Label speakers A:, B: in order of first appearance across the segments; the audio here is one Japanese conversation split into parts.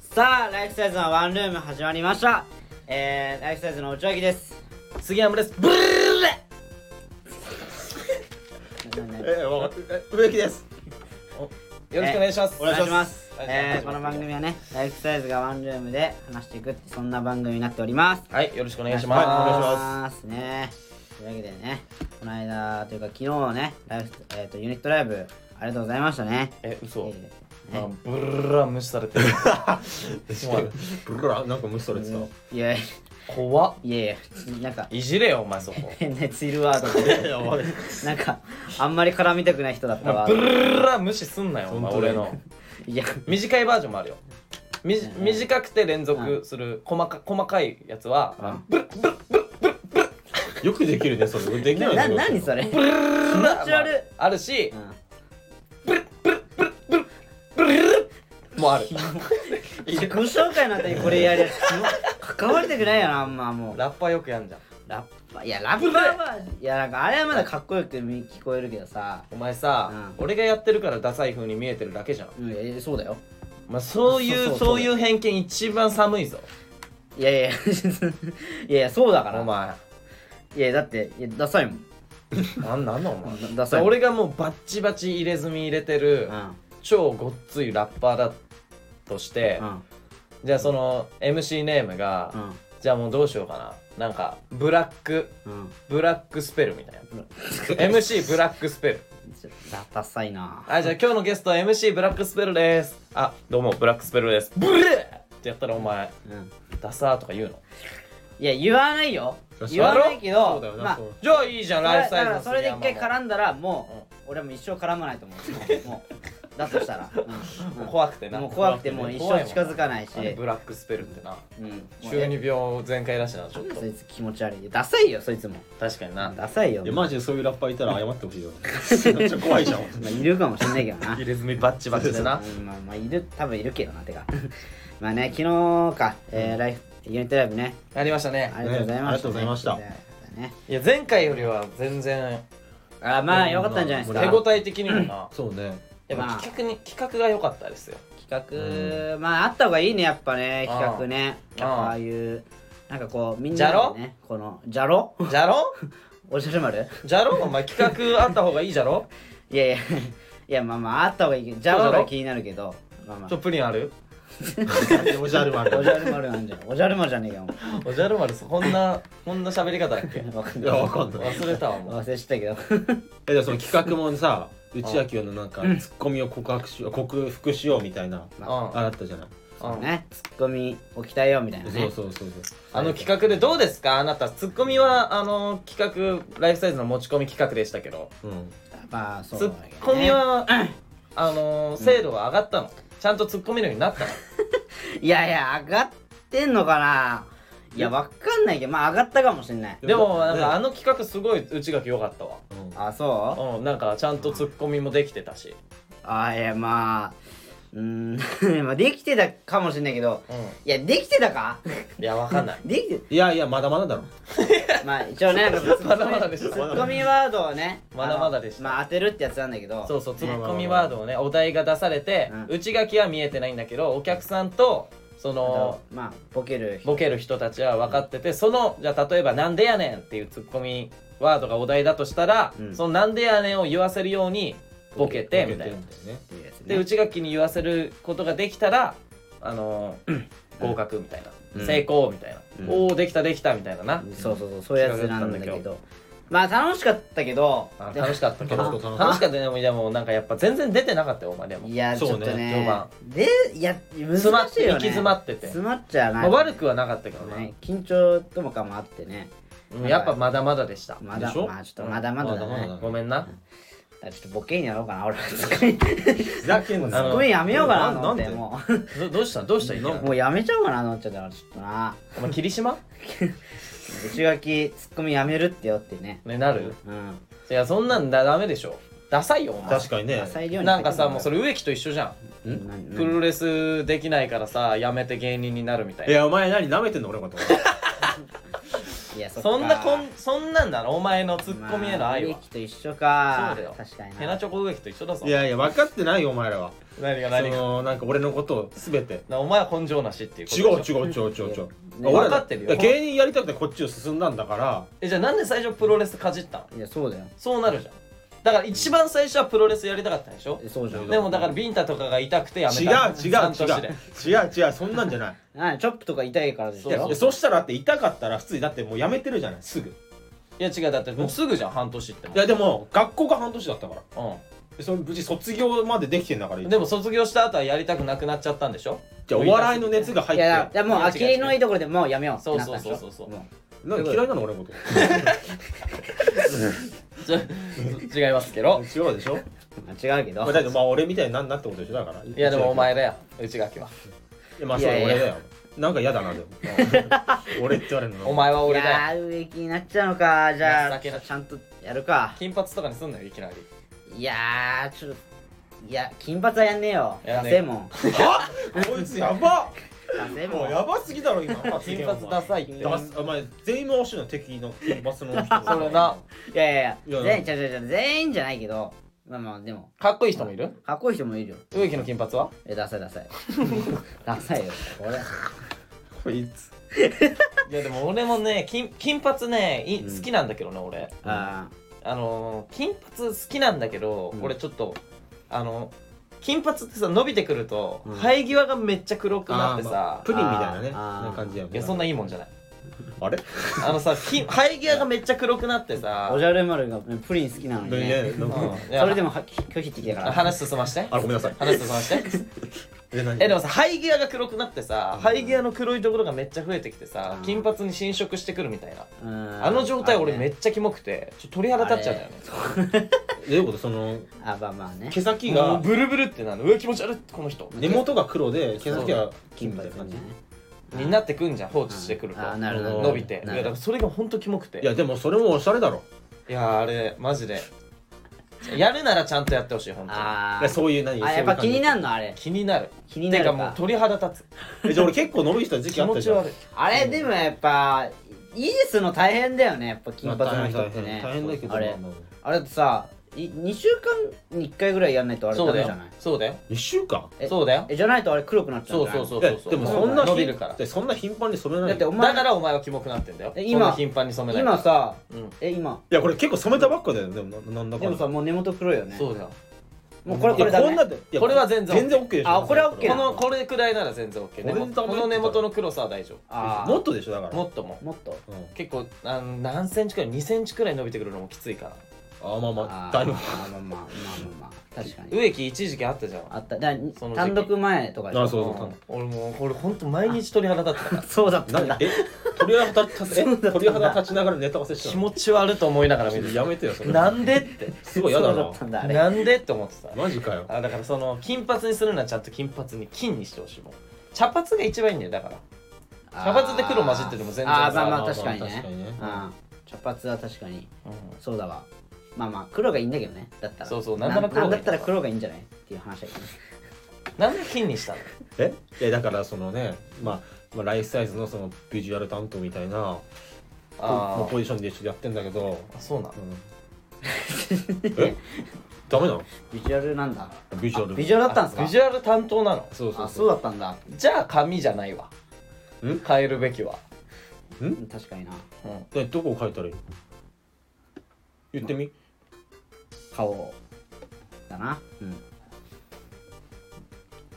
A: さあライフサイズのワンルーム始まりましたえー、ライフサイズの内訳です
B: 杉山です。ブル
A: ななな
B: え、わかった。え植木です。およろしくお願いします。
A: お願いします
B: お願い
A: え
B: します
A: ー、この番組はねライフサイズがワンルームで話していくってそんな番組になっております
B: はい、よろしく
A: お
B: お願いします。
A: す。ね。というわけでね、この間というか昨日ね、ライフえっ、とユニットライブありがとうございましたね。
B: え、嘘。
A: えー
B: あ
A: ね
B: ブルーラ無視されてる。
C: ブルラなんか無視されてた
A: いやい
B: 怖っ。
A: やいやなんか
B: いじれよ、お前そこ。
A: 変なやついるわとか思って なんかあんまり絡みたくない人だったわ
B: ブルーラ無視すんなよ、お前
C: 本当
B: 俺
C: だよ
B: の。
A: いや
B: 短いバージョンもあるよ。みじ短くて連
A: う
B: 続する細か細かいやつは、
A: うん
B: ブルブル
C: よくできるねそれできない
A: な
C: よ
A: な
C: それ
A: 何それ、
B: ブルーラ
A: 気持ち悪い
B: もあるし
A: う、ん
B: ブルーラもある。
A: 自己紹介の後にこれやるやつキモ関わりたくないよなあんまもう
B: ラッパーよくやんじゃん。
A: ラッパいやラッパーはいやなんかあれはまだかっこよくて聞こえるけどさ、
B: お前さ、
A: うん
B: 俺がやってるからダサい風に見えてるだけじゃん。
A: うん、えそうだよ
B: まあ、そういう
A: そそ
B: そうう
A: うそう
B: いう偏見一番寒いぞ
A: いやいやいやいやそうだから
B: お前
A: いやだっていやダサいもん
B: なんなんのお
A: だ
B: 前
A: ダサい
B: 俺がもうバッチバチ入れ墨入れてる、
A: うん
B: 超ごっついラッパーだとして、
A: うん
B: じゃあその MC ネームが、
A: うん
B: じゃあもうどうしようかななんかブラック
A: うん
B: ブラックスペルみたいな
A: ブラ
B: MC ブラックスペル
A: ちょダダサいな
B: あじゃあ今日のゲスト MC ブラックスペルですあどうもブラックスペルですブレーってやったらお前
A: うん
B: ダサーとか言うの
A: いや言わないよ
C: 確かに
A: 言わないけ
C: そ
A: ど
C: うだよな
A: まあ
C: そう
B: じゃあいいじゃん
A: それ
B: ライ
A: だ
B: フ
A: か
B: サイズの
A: らそれで一回
B: ら
A: 絡んだらもう俺も一生絡まないと思うもうだとしたらうんうん
B: 怖くてな
A: もう怖くてもう一生近づかないし
B: あれブラックスペルってな
A: うん
B: 中二病全開らしいなちょっと
A: そいつ気持ち悪いダサいよそいつも
B: 確かにな
A: ダサいよ
C: いやマジでそういうラッパーいたら謝ってほし いよめっちゃ怖いじゃん
A: まあいるかもしんないけどな
B: 入れ墨 バッチバチでな
A: うんまあまあいる多分いるけどなてか まあね昨日か、えーライフユニットライブね
B: やりましたね
A: ありがとうございました、
C: ねありがとうございました
A: ね
B: いや前回よりは全然
A: あまあよかったんじゃないです
B: 手
A: か
B: 応え的にもな
C: そうね
B: やっぱ企画に企画が良かったですよ
A: 企画、まああった方がいいねやっぱね企画ね
B: うん
A: やっぱああいうなんかこうみんなでねこのじゃろ
B: じゃろ
A: おしゃれ丸
B: じゃろお前企画あった方がいいじゃろ
A: いやいや いやまあまああった方がいいけどじゃろが気になるけどまあま
B: ちょ
A: あ
B: プリンある
C: おじゃる丸
A: おじゃる丸なんじゃんおじゃる丸じゃねえかも
B: おじゃる丸こんなこんな喋り方だっけ
A: うわかん
C: い
A: な
C: や
A: い
C: わかんない
B: 忘れたわもう
A: 忘れてたけど
C: えでもその企画もさ内秋のなんかツッコミを告白しよう克服しようみたいな
B: う
A: ま
B: ん
C: ああったじゃない
B: うん
A: ねツッコミ置きたいよみたいな
C: そ
A: ね
C: うそうそうそう
B: あの企画でどうですかあなたツッコミはあの企画ライフサイズの持ち込み企画でしたけど
C: うん
A: まあそう
B: ツ
A: だけ
B: ッ
A: どね
B: コミは、あのー、精度が上がったの、ちゃんとツッコミのようにな ったの
A: いやいや上がってんのかないやわかんないけどまあ上がったかもしんない
C: いや
B: でもなん
C: ね
B: かあの企画すごい内垣良かったわ
C: うん
A: あそう
B: うんなんかちゃんとツッコミもできてたし
A: あいやまあうーん まあできてたかもしんないけど
B: うん
A: いやできてたか
B: いやわかんない
A: できて
C: いやいやまだまだだろ
A: まあ一応ねなんかツッコミ
B: まだまだでし
A: ツ
B: た
A: ッコミワードをね
B: まだまだでした
A: あのまあ当てるってやつなんだけど
B: そうそうツ
A: ね
B: ッコミワードをねお題が出されて、
A: うん
B: 内垣は見えてないんだけどお客さんとそ
A: あ
B: の
A: とまあボケる
B: ボケる人たちは分かっててそのじゃあ例えば「なんでやねん」っていうツッコミワードがお題だとしたら、
A: うん
B: その「なんでやねん」を言わせるようにボケてみたいな
C: ボケてんだよね
A: っていうやつね
B: で内垣に言わせることができたらあのー合格みたいな、
C: うん
B: 成功みたいな、
C: うん
B: おおできたできたみたいなな、
A: そうそうそうそういうやつなんだけ
B: 違うやつなんだけ
A: どまあ楽しかったけど
B: あ楽しかったけど楽
C: 楽し
B: し
C: かった
B: かったねもういやもうなんかやっぱ全然出てなかったよお前でも
A: いやちょ
C: そう
A: っ
C: ね
A: とね
B: 序盤
A: でいや難しい
B: 詰
A: よね
B: まって行き詰まってて、
A: 詰まっちゃう
B: まあ、
A: な
B: 悪くはなかったけどな、
A: ね緊張ともかもあってね
B: うんやっぱまだまだでした、
A: まだ
C: でしょ
A: まあちょっとまだまだだ
C: まだま
A: ね
C: だだ
B: ごめんな、
A: だからちょっとボケにやろうかな俺 はツッコミ
C: ふざけん
A: ツ
C: な
B: あ
A: ッ
B: の
A: コミやめようかなと思って
C: ななんで
A: も
B: どどうしたどうしたいきなり
A: うも うやめちゃおうかなと思っちゃったからちょっとな
B: お前霧島
A: 内垣ツッコミやめるってよってね
B: ねなる
A: うん
B: いやそんなんだダメでしょダサいよお前
C: 確かにね
A: 浅い量に
B: なんかさもうそれ植木と一緒じゃん
C: ん
A: 何
B: プロレスできないからさやめて芸人になるみたい
C: い
B: な
C: やお前何舐めてんの俺のこと
A: いやそっか
B: そんなこんそんなんなのお前のツッコミへの愛
A: まあ、植
B: は
A: 木と一緒か
B: そうだよ
A: 確かに
B: ヘナ
A: な
B: チョコ植木と一緒だぞ
C: いやいや分かってないよお前らは
B: 何が
C: そ
B: 何が
C: のなんか俺のことを全て
B: なお前は根性なしっていうこと
C: 違
B: でしょ
C: う違う違う違う違
A: ね
C: う俺ら
B: 分かってるよ
C: いや芸人やりたくてこっちを進んだんだから
B: えじゃあなんで最初プロレスかじったの
A: いやそうだよ
B: そうなるじゃんだから一番最初はプロレスやりたかったんでしょ
A: えそうじゃん
B: でもだからビンタとかが痛くてやめ
C: 違う違う
B: た
C: 違
B: 半年で
C: う違う違うそんなんじゃない
A: なチョップとか痛いからでし
C: い
A: ょ
B: そう
C: やいやそしたらだって痛かったら普通にだってもうやめてるじゃないすぐ
B: いや違うだってもうすぐじゃん半年っても
C: いやでも学校が半年だったから
B: う
C: でその無事卒業までできてんだから
B: んでも卒業した後はやりたくなくなっちゃったんでしょ
C: じゃあお笑いの熱が入
A: い
C: って
A: や
C: る
A: だからいやもう
B: 違う違う
A: あきりのいいところでもうやめようって
B: そう
A: なっ
B: そ
A: た
B: うん
A: でし
B: そ
A: ょ
B: うそうそう
A: も
C: なんか嫌いなの俺のこと
B: ちょ 違いますけ ど
C: 違うでしょ
A: うまあ違うけど
C: まあだけどまあ俺みたいになんなってことでしょだから
B: いやでもお前だよ内垣はい
C: やまあそうだ
A: いやいや
C: 俺だよなんか嫌だなでも俺って言われるの
B: お前はい俺だよ
A: やー植木になっちゃうのかじゃあ
B: 情けない
A: ちゃんとやるか
B: 金髪とかにすんなよいきなり
A: いやーちょっといや金髪はやんねえよ
B: や
A: ダ
B: んねえ
A: セえ もん
C: あ こいつやば
A: ダセえも
C: も
A: ん
C: うやばすぎだろ 今
B: 金髪ダサいって
C: ダサお前全員回しの敵の金髪の人
B: それない
A: やいやい
C: いや
A: や全員ちゃうちゃうちゃう全員じゃないけどまあまあでも
B: かっこいい人もいる
A: かっこいい人もいるよ
B: 植木の金髪は
A: えダサいダサいダサいよこれ
C: こい つ
B: いやでも俺もね金金髪ねい
C: うん
B: 好きなんだけどね俺
A: あ
B: あのー金髪好きなんだけど、
A: うん
B: 俺ちょっとあの金髪ってさ伸びてくると、
C: うん
B: 生え際がめっちゃ黒くなってさ、
C: あーまあプリンみたいなね
A: あー
C: な感じやよね
B: いやそんないいもんじゃない
C: あれ
B: あのさ金生え際がめっちゃ黒くなって
A: あ
B: さ
A: おじゃる丸がねプリン好きなのにね
C: なんか
B: うんいや
A: それでもは拒否ってきた から
B: 話進まして
C: あごめんなさい
B: 話進まして
C: え何
B: えでもさ生え際が黒くなってさ
C: うん
B: 生え際の黒いところがめっちゃ増えてきてさ
A: うん
B: 金髪に侵食してくるみたいな
A: うん
B: あの状態俺めっちゃキモくてちょっと鳥肌立っちゃうんだよね
C: どういうことその
A: あまあまあね
C: 毛先
B: もう
C: が
B: ブルブルってなるうわ気持ち悪いこの人
C: 根元が黒で毛先が
A: 金
C: 金
A: 髪
C: みたい
A: ね
C: な感じ
B: になってくんじゃん放置してくると
A: あーなるほど
B: 伸びてい
A: な
B: や
A: る
B: だからそれがほんとキモくて
C: いやでもそれもおしゃれだろ
B: いやーあれマジでやるならちゃんとやってほしいほんとに
A: あ
C: いや
A: ー
C: そういう何
A: あやっぱ気にな
C: る
A: るのあれ
B: 気になる
A: 気になる
B: て
A: か
B: かもう鳥肌立
C: じゃあ俺結構伸びてた時
B: つ
C: 期
B: 気
C: あっ
B: 持
C: た
B: ち
C: じゃん
B: 悪い
A: あれでもやっぱ維持するの大変だよねやっぱ金髪の人ってね
C: 大変だけど
A: あれ
C: まあま
A: あれってさい2週間に1回ぐらいやんないとあれ
B: そ
A: ダ
B: うだ
A: メじ
B: よ
A: ゃない
B: そうだよ
C: あ一週間
A: え
B: そうだよ
A: えじゃないとあれ黒くなっちゃうん
B: そう
A: じゃない
B: そうそうそう
C: い
B: そう
C: やでもそんな
B: 伸びるから
C: でそんな頻繁に染めない
A: だ
C: よ
A: ってお前
B: だからお前はキモくなってんだよ
A: え
B: そん
A: 今
B: な頻繁に染めない
A: 今さ
B: うん
A: え今
C: いやこれ結構染めたばっかだよでもななんだか
A: で
C: ん
A: も
C: だ
A: さもう根元黒いよね
B: そうだよ
A: もうこれ
C: い
A: こ
C: や
A: れダメ
C: こんなでいや
B: これは全然
C: 全然 OK でしょ
A: あこれは OK な
B: このこれくらいなら全然 OK
C: 俺
B: でも
C: のため
B: この根元の黒さは大丈
A: あ
C: もっとでしょだから
B: 夫もっ
A: と
B: とも
A: もっと
C: うん
B: 結構あの何センチくらい2センチくらい伸びてくるのもきついから
C: あまあま
A: あ
C: あ
A: ー
C: だいぶ
A: まあまあまあまあまあまあ確かに
B: 植木一時期あったじゃん
A: あっただから
B: その時期
A: 単独前とかでしょ
C: あそう
B: うん俺もうこれほんと毎日鳥肌立ってたか ら
A: そうだったんだ
C: 何え鳥肌立ち
A: そうだったんだ
C: え鳥肌立ちながらネタ忘れし
B: 気
C: たの
B: 持ち悪いと思いながら見て
C: やめてよそれ
B: なんでって
C: すごい嫌
A: そ
C: だ
A: う
C: な
A: だったんだあれ
B: なんでって思ってた
C: マジかよ
B: あだからその金髪にするのはちゃんと金髪に金にしてほしいもん茶髪が一番いいんだよだから茶髪で黒混じってても全然
A: あー
B: さ
A: まあまあ
C: まあ
A: 確かに
C: まあ
A: ね
C: 確かにね
A: うん茶髪は確かに
B: うん
A: そうだわまあまあ黒がいいんだけどねだったら
B: そうそう
A: な
B: なんなら黒がいい
A: んだったら黒がいいんじゃないっていう話だけどね
B: なんで金にしたの
C: えいやだからそのねまあまあライフサイズのそのビジュアル担当みたいな
B: あ
C: ポジションで一緒にやってんだけ ど
B: あそうなの
C: うんえダメなの
A: ビジュアルなんだ
C: ビジュアル
A: ビジュアルだったんですか
B: ビジュアル担当なの
C: そうそう
A: あそうだったんだ
B: じゃあ髪じゃないわ
C: ん
B: 変えるべきは、
A: うん確かにな
B: うん、
C: でどこを書いたらいい言ってみ
A: 顔だなうん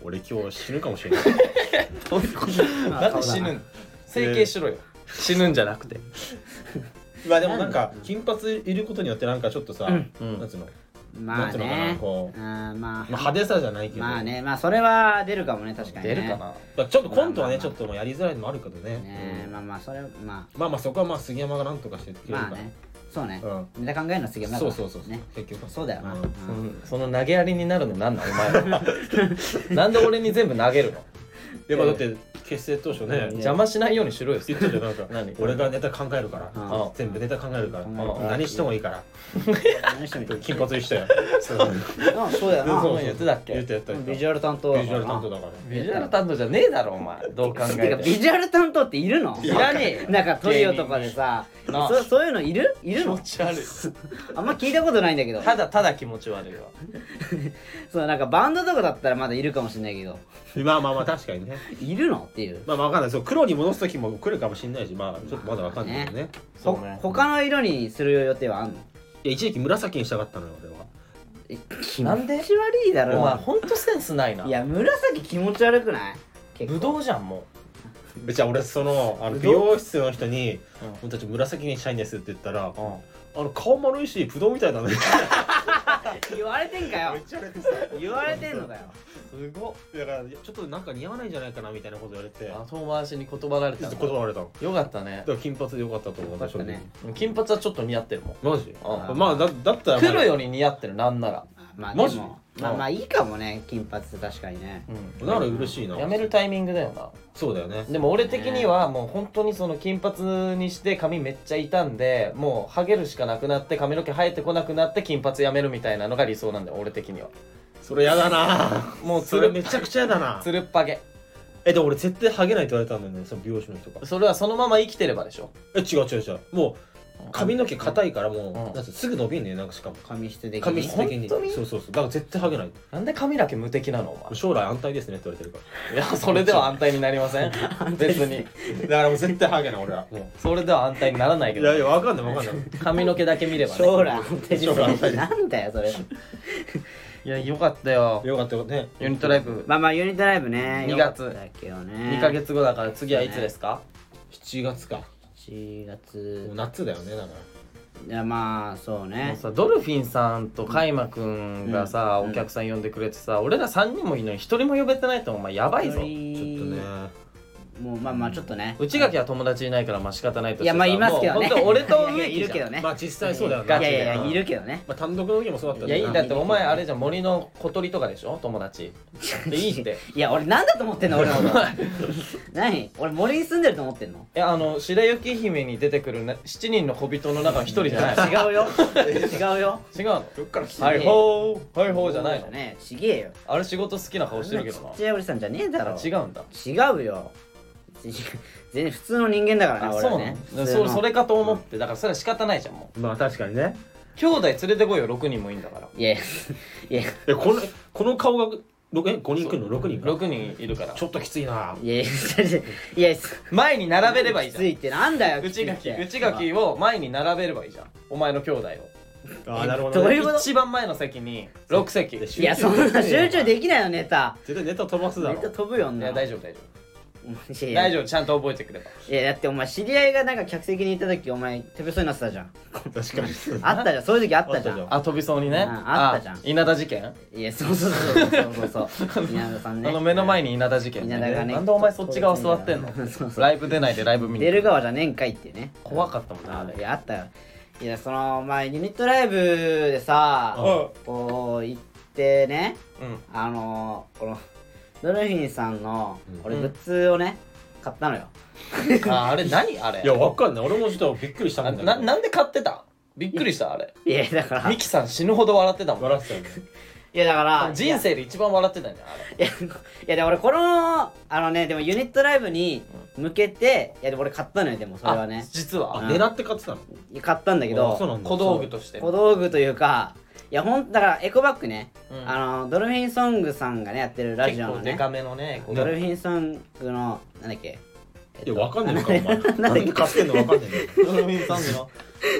C: 俺今日死ぬかもしれない
B: なんで死ぬん整形しろよ死ぬんじゃなくて
C: まあでもなんか金髪いることによってなんかちょっとさ、
B: うん
C: なんつうの、
A: ま
C: な
A: あ
C: んていうのか
A: ね
C: なこ
A: う
C: うん
A: まあ
C: まあ、派手さじゃないけど、
A: まあねまあそれは出るかもね確かにね
B: 出るかな
C: まあちょっとコントはね、
A: まあ
C: ちょっともうやりづらいのもあるけどね
A: ねえまあまあそれま
C: うんまあまあそこはまあ杉山がなんとかしてく
A: あ
C: れるか
A: ま
C: ら、
A: あねそうね
C: うん
A: ネタ考えるのすげえ
C: そうそうそうそう、
A: ね
C: 結局は
A: そうだよな
C: うん
A: う
B: そ
A: ん
B: のその投げやりになるのなんなんお前はなんで俺に全部投げるの
C: でもだって結成当初ね
A: うん
B: 邪魔しないようにしろよ
C: 言ってたじゃ んなんか
B: 何
C: 俺がネタ考えるから
A: うん
C: 全部ネタ考えるから
A: うん
C: 何してもいいから
A: 何してみる
C: 金髪にしたよ
A: あ そうだよ
C: そ
A: な
C: う
B: そう言ってたっ
C: 言
B: け
C: ってやったり
A: ビ
C: ビ
A: ジ
C: ジ
A: ュアル担当
C: ュアル担
A: 当
C: 当だから
B: ビジュアル担当じゃねえだろお前どう考
A: て
B: え
A: か
B: て
A: ビ
B: も
A: ジュアル担当っているの
B: いらねえよ
A: なんかトリオとかでさ
B: な
A: そそういうのいるいる
B: 気持
A: の
B: ち悪い
A: あんま聞いたことないんだけど
B: ただただ気持ち悪いわ
A: そうなんかバンドとかだったらまだいるかもしれないけど
C: まあまあまあ確かにね
A: いるのっていう
C: まあわかんないそう黒に戻す時も来るかもしれないしまあちょっとまだわかんないけどね
B: そ
A: ほ
B: うね
A: 他の色にする予定はあんの
C: いや一時期紫にしたかったのよ俺は
A: え気
B: なんで
A: 持ち悪いだ
B: お前
A: ろ
B: ほんとセンスないない
A: や紫気持ち悪くない結
B: ぶ
A: 構
B: どうじゃんも
C: 別に俺そのあの
A: うどん
C: 美容室の人に
B: うん
C: 「俺たち紫にしたいんです」って言った
B: う、
C: ら
B: うん
C: あの顔丸いしブドウみ たいだね
A: 言われてんかよ
C: ちゃ
A: 言われてんのかよ
B: すごっ
C: だからちょっとなんか似合わないんじゃないかなみたいなこと言われて
B: あ遠回しに断られ
C: ち
B: た
C: ょっ
B: ん
C: と
B: だ
C: 断られたのだ
B: よかったね
C: から金髪でよかったと思う
A: よかったね
B: 金髪はちょっと似合ってるもん
C: 正直マジ
B: あ
C: まあだだったら
B: 黒より似合ってるなんなら、
A: まあ
C: マ
A: で
C: ジ
A: もまあまあいいかもね金髪って確かにね
B: う、
C: なら嬉しいなん
B: やめるタイミングだよな
C: そうだよね
B: でも俺的にはもう本当にその金髪にして髪めっちゃ傷んでもうハゲるしかなくなって髪の毛生えてこなくなって金髪やめるみたいなのが理想なんだよ俺的には
C: それやだな
B: もうつ
C: それ
B: る
C: めちゃくちゃやだな
B: つるっぱげ
C: えでも俺絶対ハゲないって言われたんだよねその美容師の人が
B: それはそのまま生きてればでしょ
C: え違う違う違うもう髪の毛硬いからもう、
B: ん
C: なんかすぐ伸びんねなんかしかも
A: 髪質的
C: 髪
A: に
C: 質的に
B: 本当に
C: そうそうそうだから絶対ハゲない
B: なんで髪だけ無敵なのお
C: 将来安泰ですねって言われてるから
B: 前いやそれでは安泰になりま せん別に
C: だから もう絶対ハゲ ない俺はも
B: それでは安泰にならないうけ
C: いやい
B: ど
C: やわかんないわかんない
B: 髪の毛だけ見ればね
A: 将来安定
C: 将来安定
A: してなんだよそれ
B: いやよかったよ
C: よかったよね
B: ユニットライブ
A: まあまあユニットライブね
B: 2月
A: よかったけどね
B: 2ヶ月後だから次はいつですか
C: 7月か
A: 4
C: もう
A: 月
C: 夏だよねだか
A: いやまあそう
B: もう
A: ね
B: さドルフィンさんとカイマくんがさ、
A: うん
B: お客さん呼んでくれてさ、俺ら3人もいるのに1人も呼べてないとお前やばいぞ
C: らちょっとね
A: もうまあまあちょっとね
B: 内垣は友達いないからまあ仕方ないとして
A: いやまあいますけど
B: もう
A: ね
B: 本当俺と
A: いや
B: 植
A: い
B: 木
A: る
B: じ
A: け
B: ゃ
A: ど
B: ん
A: ね
C: まあ実際そうだよ
B: ガ
A: い
C: な
A: やい
B: チで
A: やいやいるけどね
C: まあ単独の時もそうだった
B: いやいいんだってお前あれじゃん森の小鳥とかでしょ友達でいいって
A: いや俺なんだと思ってんの俺のこと何俺森に住んでると思ってんの
B: えあの白雪姫に出てくる、ね、7人の小人の中の1人じ ゃない
A: 違うよ違うよ
B: 違うの
C: どっから
B: はいほーはいほーじゃないの
A: ねちげえよ
B: あれ仕事好きな顔してるけど
A: あん
B: な
A: なちっちゃいおじさんじゃねえだろ
B: あ違うんだ
A: 違うよ 全然普通の人間だから
B: あ
A: ね
B: そ
A: 俺
B: うな
A: は
B: の、
A: ね普通
B: そ
A: の
B: それかと思ってだからそれは仕方ないじゃんもう
C: まあ確かにね
B: 兄弟連れてこいよ6人もいいんだから
A: いやいやい
C: えこのこの顔が六え5人来るの6人か
B: 6人いるから
C: ちょっときついな
A: やいやいやいや
B: 前に並べればいいじゃ
A: ついってなんだよ
B: ん内
A: きつい
B: 垣
A: って
B: 内垣を前に並べればいいじゃんお前の兄弟
C: あーなるほ
A: どういうこ
B: を
A: と
B: 一番前の席に6席
C: で集
A: いやそんな集中できないよネタ
C: 絶対ネタ飛ばすだ
A: ネ
C: ろ
A: タ飛ぶよ
B: い
A: んな
B: や大丈夫大丈
A: 夫
B: 夫大丈夫ちゃんと覚えてくれば
A: 夫いやだってお前知り合いがなんか客席にいた時お前手ぶそになってたじゃん
C: 確かに
A: あったじゃんそういう時あったじゃ
C: あったじゃ
A: ん
C: ん
B: あ飛びそうにね
A: うんあったじゃん
B: 稲田事件
A: いやそうそうそうそうそうそう 稲田さんね
B: あの目の前
A: に
B: に稲田事件
A: 稲田がね
B: なんでお前そっち側座ってんの
A: そうそう
B: ライブ出ないでライブ見に
A: 出る側じゃねえんかいっていうね
B: 怖かったもんなあ
A: あい
B: れ
A: やあったよいやそのまあユニットライブでさ
C: う
A: こう行ってね
B: うん
A: あのこのドルフィンさんの
C: うん
A: 俺グッズをね買ったのよ
B: ああれ 何あれ
C: いやわかんない俺もちょっとびっくりした
B: あ
C: んだけど
B: ななんで買ってたびっくりしたあれ
A: いやだから
B: ミ
A: い
B: キさん死ぬほど笑ってたもん
C: 笑ってたよね
A: やだから
B: 人生で一番笑ってたんじゃんあれ
A: いやいやでも俺このあのねでもユニットライブに向けていやでも俺買ったのよでもそれはね
B: あ実
C: あ
B: は
A: ん
C: 狙って買ってたの
A: いや買ったんだけ
C: あそう
A: ど
C: なんだ
B: 小道具として
A: 小道具というかいやほんだからエコバッグね、
B: うん
A: あのドルフィンソングさんがねやってるラジオ
B: 結
A: の
B: 構デ
A: ね
B: カめのねこう
A: ドルフィンソングのなんだっけ
C: いやわかんないのかお前なんで買ってんのわかんないの
B: ドルフィンソングの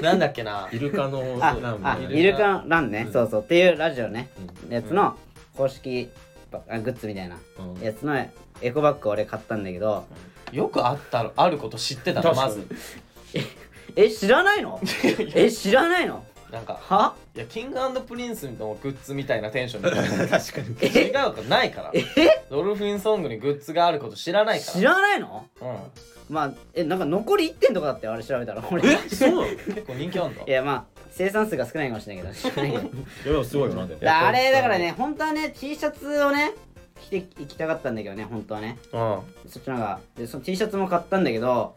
B: なんだっけな
C: イルカの
A: あ
C: なん
A: あ
C: かね
A: イルカランね、
C: うん
A: そうそうっていうラジオね、
C: う
A: やつの公式ばあグッズみたいな
C: うん
A: やつのエコバッグを俺買ったんだけど
B: よくあったろあること知ってたの
C: 確
B: ま
C: かに
B: ず
A: え知らない のえ知らないの
B: なんか
A: はい
B: やキングプリンスのグッズみたいなテンション で
C: 確かに
B: 違うことないからドルフィンソングにグッズがあること知らないから
A: 知らないの
B: うん
A: まあえなんか残り1点とかだったよあれ調べたら俺
C: えそうなの
B: 結構人気あんだ
A: いやまあ生産数が少ないかもしれないけど知らないけど
C: いやすごいよなんだよ
A: だあれだからね本当はね T シャツをね着ていきたかったんだけどね本当はね
B: うん
A: そっちの方がでその T シャツも買ったんだけど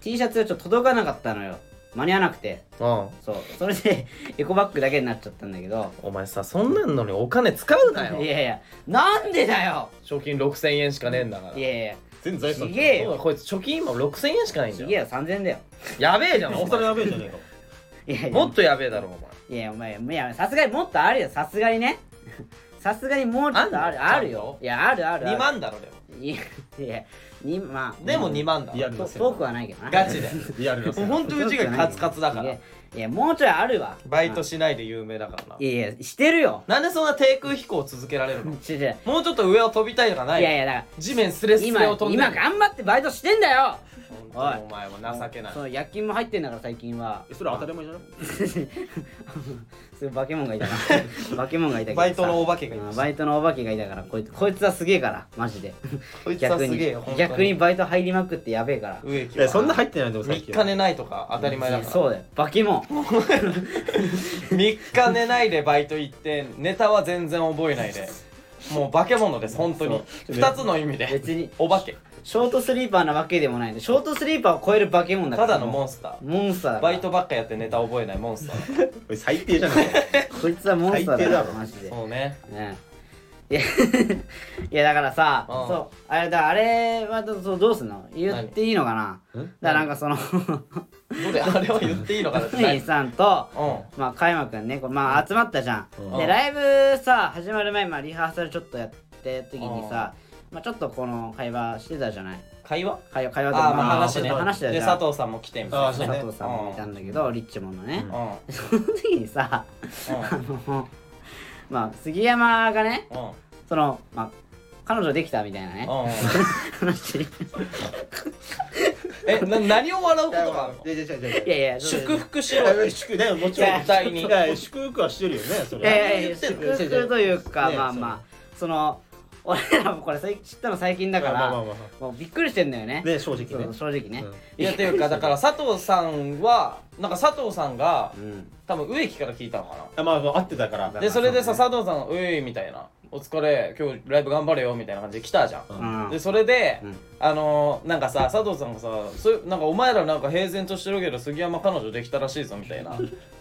A: T シャツがちょっと届かなかったのよ間に合わなくて
B: うん
A: そうそれで エコバッグだけになっちゃったんだけど
B: お前さそんなんのにお金使うないよ
A: やいやなんでだよ
B: 賞金6000円しかねえんだから
A: いやいや
C: 全財産
A: すげえ
B: そうだこいつ貯金今6000円しかないんだ
A: す
B: よ
A: げえよ3000だよ
B: やべえじゃん
C: な
B: お
C: おさら
B: 前
C: やべえじゃね
A: い
C: えか
A: やいや
B: もっとやべえだろお前
A: いやお前いやさすがにもっとあるよさすがにね さすがにもうちょっとある
B: あ
A: あ
B: んの
A: るよいやあるあるある
B: 2万だろでも
A: いやいや2万
B: でも2万だ
C: いや
B: わ
A: と遠くはないけどな
B: ガチで
C: リアルな
B: もうほんとうちがカツカツだから
A: いやいやもうちょいあるわ
B: バイトしないで有名だからない
A: やいやしてるよ
B: なんでそんな低空飛行を続けられるの
A: ちょちょい
B: もうちょっと上を飛びたいとかない
A: やいやだから
B: 地面スレス
A: 今
B: レを飛んで
A: 今頑張ってバイトしてんだよ
B: 本当にお前は情けない
A: そう夜勤も入ってんだから最近は
C: えそれ当たり前じゃない
A: そういうバケモンがいたな バケモンがいたけどさ
B: バイトのお化けがいま
A: うん
B: し
A: バイトのお化けがいたからこいつこいつはすげえからマジで
B: こいつはすげえよ本当
A: 逆にバイト入りまくってやべえから
B: 植木
C: いやそんな
B: は
C: 入ってないでもさっ
B: 3
C: き
B: 日寝ないとか当たり前だ
A: いや
B: から
A: そうだよバケモン
B: 3日寝ないでバイト行ってネタは全然覚えないでもう化け物です本当に
C: そう
B: 2つの意味で
A: 別に
B: お化け
A: ショートスリーパーなわけでもないんでショートスリーパーを超えるバケモンだか
B: た
A: ら
B: だのモンスター
A: モンスターだから
B: バイトばっかやってネタ覚えないモンスター
C: おい最低じゃないか
A: こいつはモンスターだ
C: 最低だ
A: ろ
C: ろ
A: マジで
B: そうね
A: ねいや いやだからさ
B: うん
A: そうあれだあれはどそうどうすんの言っていいのかな
C: 何ん
A: だからなんかその
B: どれあれは言っていいのかなって
A: 兄
B: う
A: さんと
B: ん
A: まあ加山くんねこうまあ集まったじゃん、
C: うん
A: で
B: うん
A: ライブさ始まる前、まあ、リハーサルちょっとやって時にさ、まあ、ちょっとこの会話してたじゃない
B: 会話
A: 会話会
B: あ
A: 話
B: ー
A: とか
B: まあ話ね
A: 話してた
B: で
A: じゃん
B: 佐藤さんも来てみたい
C: あーそうね
A: 佐藤さんもいたんだけど、リッチモンのね
B: う、んうん
A: その時にさあのまあ杉山がね
B: うん
A: そのまあ彼女できたみたいなね
B: うんうん
A: 話い
B: えな何を笑うことがあるの
C: いやいやいやいや
A: やいやそう
B: 祝福し
C: い
B: ろ
C: や
B: よ
C: 祝ねもちろん
B: 絶対に
C: いやいや祝福はしてるよねそ
A: いや
C: れ
A: いやいや祝
C: 言ってんの
A: 福というか、
C: ね
A: まあまあその俺らもこれ最知ったの最近だから、
C: まあまあまあま
A: もうびっくりしてんだよね
C: あね正直
A: そう
C: ね
A: 正直ね、
B: いやていうかだから佐藤さんはなんか佐藤さんが
A: うん
B: 多分植木から聞いたのかな
C: あまあまあ合ってたから
A: だ
B: でそれでさ
A: そ
B: 佐藤さん「うい」みたいな「お疲れ今日ライブ頑張れよ」みたいな感じで来たじゃん、
A: うん
B: でそれで、
A: うん
B: あのー、なんかさ佐藤さんがさそういうなんかお前らなんか平然としてるけど杉山彼女できたらしいぞみたいな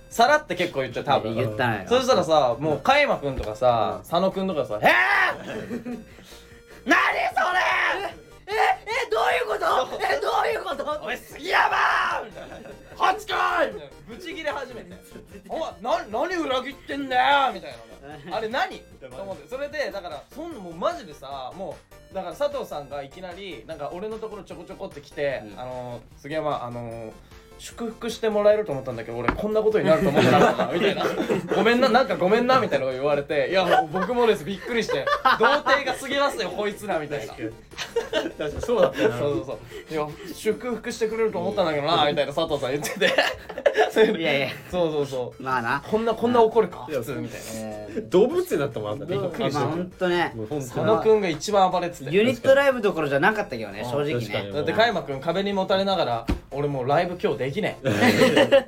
B: さらって結構言っちゃう多
A: 言
B: 分
A: ったのよ
B: そしたらさもう加山君とかさ、佐野君とかさ「えー、何それ
A: ええどういうことえどういうこと
B: お前杉山!」みたいな「こっち来い!」みたいなブチギレ始めて「お前な何裏切ってんだよ!」みたいな「あれ何?」と思ってそれでだからそんもうマジでさもうだから佐藤さんがいきなりなんか俺のところちょこちょこって来て
A: う
B: 「
A: ん
B: あのー杉山あのー祝福してもらえると思ったんだけど俺こんなことになると思ってなかった」みたいな「ごめんななんかごめんな」みたいなのを言われて「いやもう僕もですびっくりして童貞が過ぎますよこいつら」みたいな。
C: 確かにそうだった
B: そ
C: よ
B: う
C: な
B: そうそういや祝福してくれると思ったんだけどなみたいな佐藤さん言っててそういうの
A: いやいや
B: そうそうそ
A: まあな
B: うこんなこんな怒るか
C: いや
B: 普通みたいな
A: えー
C: 動物園だったもんあんたびっくりし
A: まあほんとね
C: もうほんとに
B: 佐野くんが一番暴れてて
A: ユニットライブどころじゃなかったけどね
B: うん
A: 正直
C: 確か
A: ね
C: に
B: だって加山くん壁にもたれながら俺もうライブ今日できね え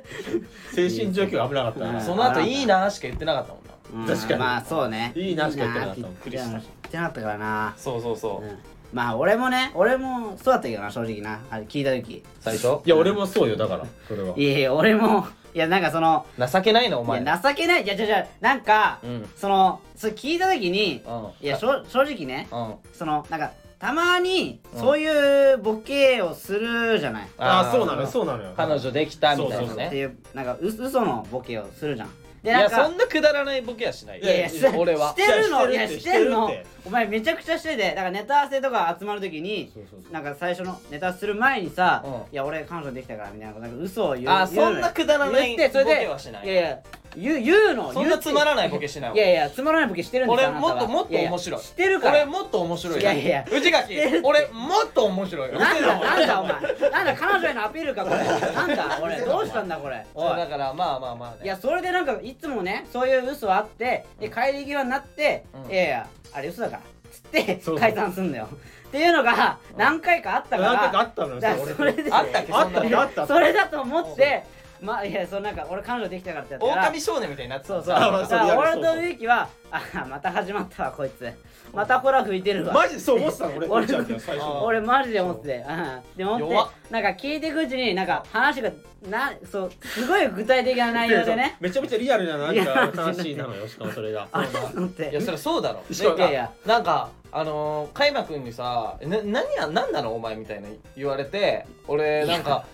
C: 精神状況危なかった
A: うん
C: な
B: その後いいなーしか言ってなかった もんな
A: うん
C: 確かに
A: まあそうね
C: いいなしか言ってなかった
A: いいって言ってなかったなかったからな
B: そうそうそううん
A: まあ俺もね俺もそうだったけどな正直なあれ聞いた時
B: 最初
C: いや俺もそうよだからそれはい
A: やいや俺もいやなんかその
B: 情けないなお前
A: いや情けないいやじゃじゃなんか、
B: うん
A: そのそれ聞いた時に
B: うん
A: いやしょ正直ね
B: うん
A: そのなんかたまにそういうボケをするじゃない、
C: あ
B: ー
C: あそうなのよそうなのよ
B: 彼女できたみた
C: そ
B: いう
C: そ
B: な
C: う
A: って
B: ね
A: いうなんかう嘘のボケをするじゃん
B: い
A: でな
B: や
A: んか
B: そんなくだらないボケはしない
A: いやいや
C: い
A: し
C: や
B: 俺は
A: してるのい
C: い
A: や
C: や
A: してるの
C: してるって
A: お前めちゃくちゃしててだからネタ合わせとか集まるときに
C: そうそうそう
A: なんか最初のネタする前にさ「
B: うん
A: いや俺彼女できたから」みたいななんか嘘を言う
B: あー
A: 言うの
B: そんなくだらない
A: 言ってそれで
B: ボケはしない
A: いやいや言う言うの
B: そんなつまら
A: い
B: ないボケしないわ
A: いやいやつまらないボケしてるんです
B: 俺
A: よあなたは
B: もっともっと
A: やや
B: 面白い
A: してるから
B: 俺もっと面白い
A: いやいや
B: 内垣俺もっと面白いよ
A: なんだなんだお前なんだ彼女へのアピールかこれなんだ俺どうしたんだこれおい
B: だからまあまあまあね
A: いやそれでなんかいつもねそういう嘘あってで帰り際になって
B: う
A: 「
B: ん
A: いやいやあれ嘘だから」つって
C: そうそう
A: 解散すんだよっていうのが何回かあったか
C: なんかあ
A: ら
C: ったのよ
A: だから
C: 俺
A: それで
B: あったっけ
C: あっ
B: そ
C: た
B: ん
C: っ
B: な
C: け
B: の
C: あったっけ
A: それだと思ってまあいやそうなんか俺彼女できたからってやったから
B: 狼少年みたいになってた
A: そうそう。
C: あまあ
A: だ
C: そ
A: か
C: れや
A: ら
C: る
A: 俺
C: そう
A: と
C: そう
A: ミユキは、あまた始まったわ、こいつ。またほら吹いてるわ。
C: マジでそう思ってたの俺
A: 俺
C: 内秋は最初
B: あ
A: 俺マジで思ってて、うん、で思
B: 弱
A: っ、
B: って
A: なんか聞いていくうちに、なんか話が、な、そう、すごい具体的な内容でね。
C: めちゃめちゃリアルななん
A: リア
C: か
A: ルな
C: 話なのよしかもそれが
A: あれと 思っ
B: いや
A: て。
B: そりゃそうだろ
C: しかも
B: いや
A: いや
B: なんかあのー、カイマくんにさ「な何や何なのお前」みたいな言われて俺なんか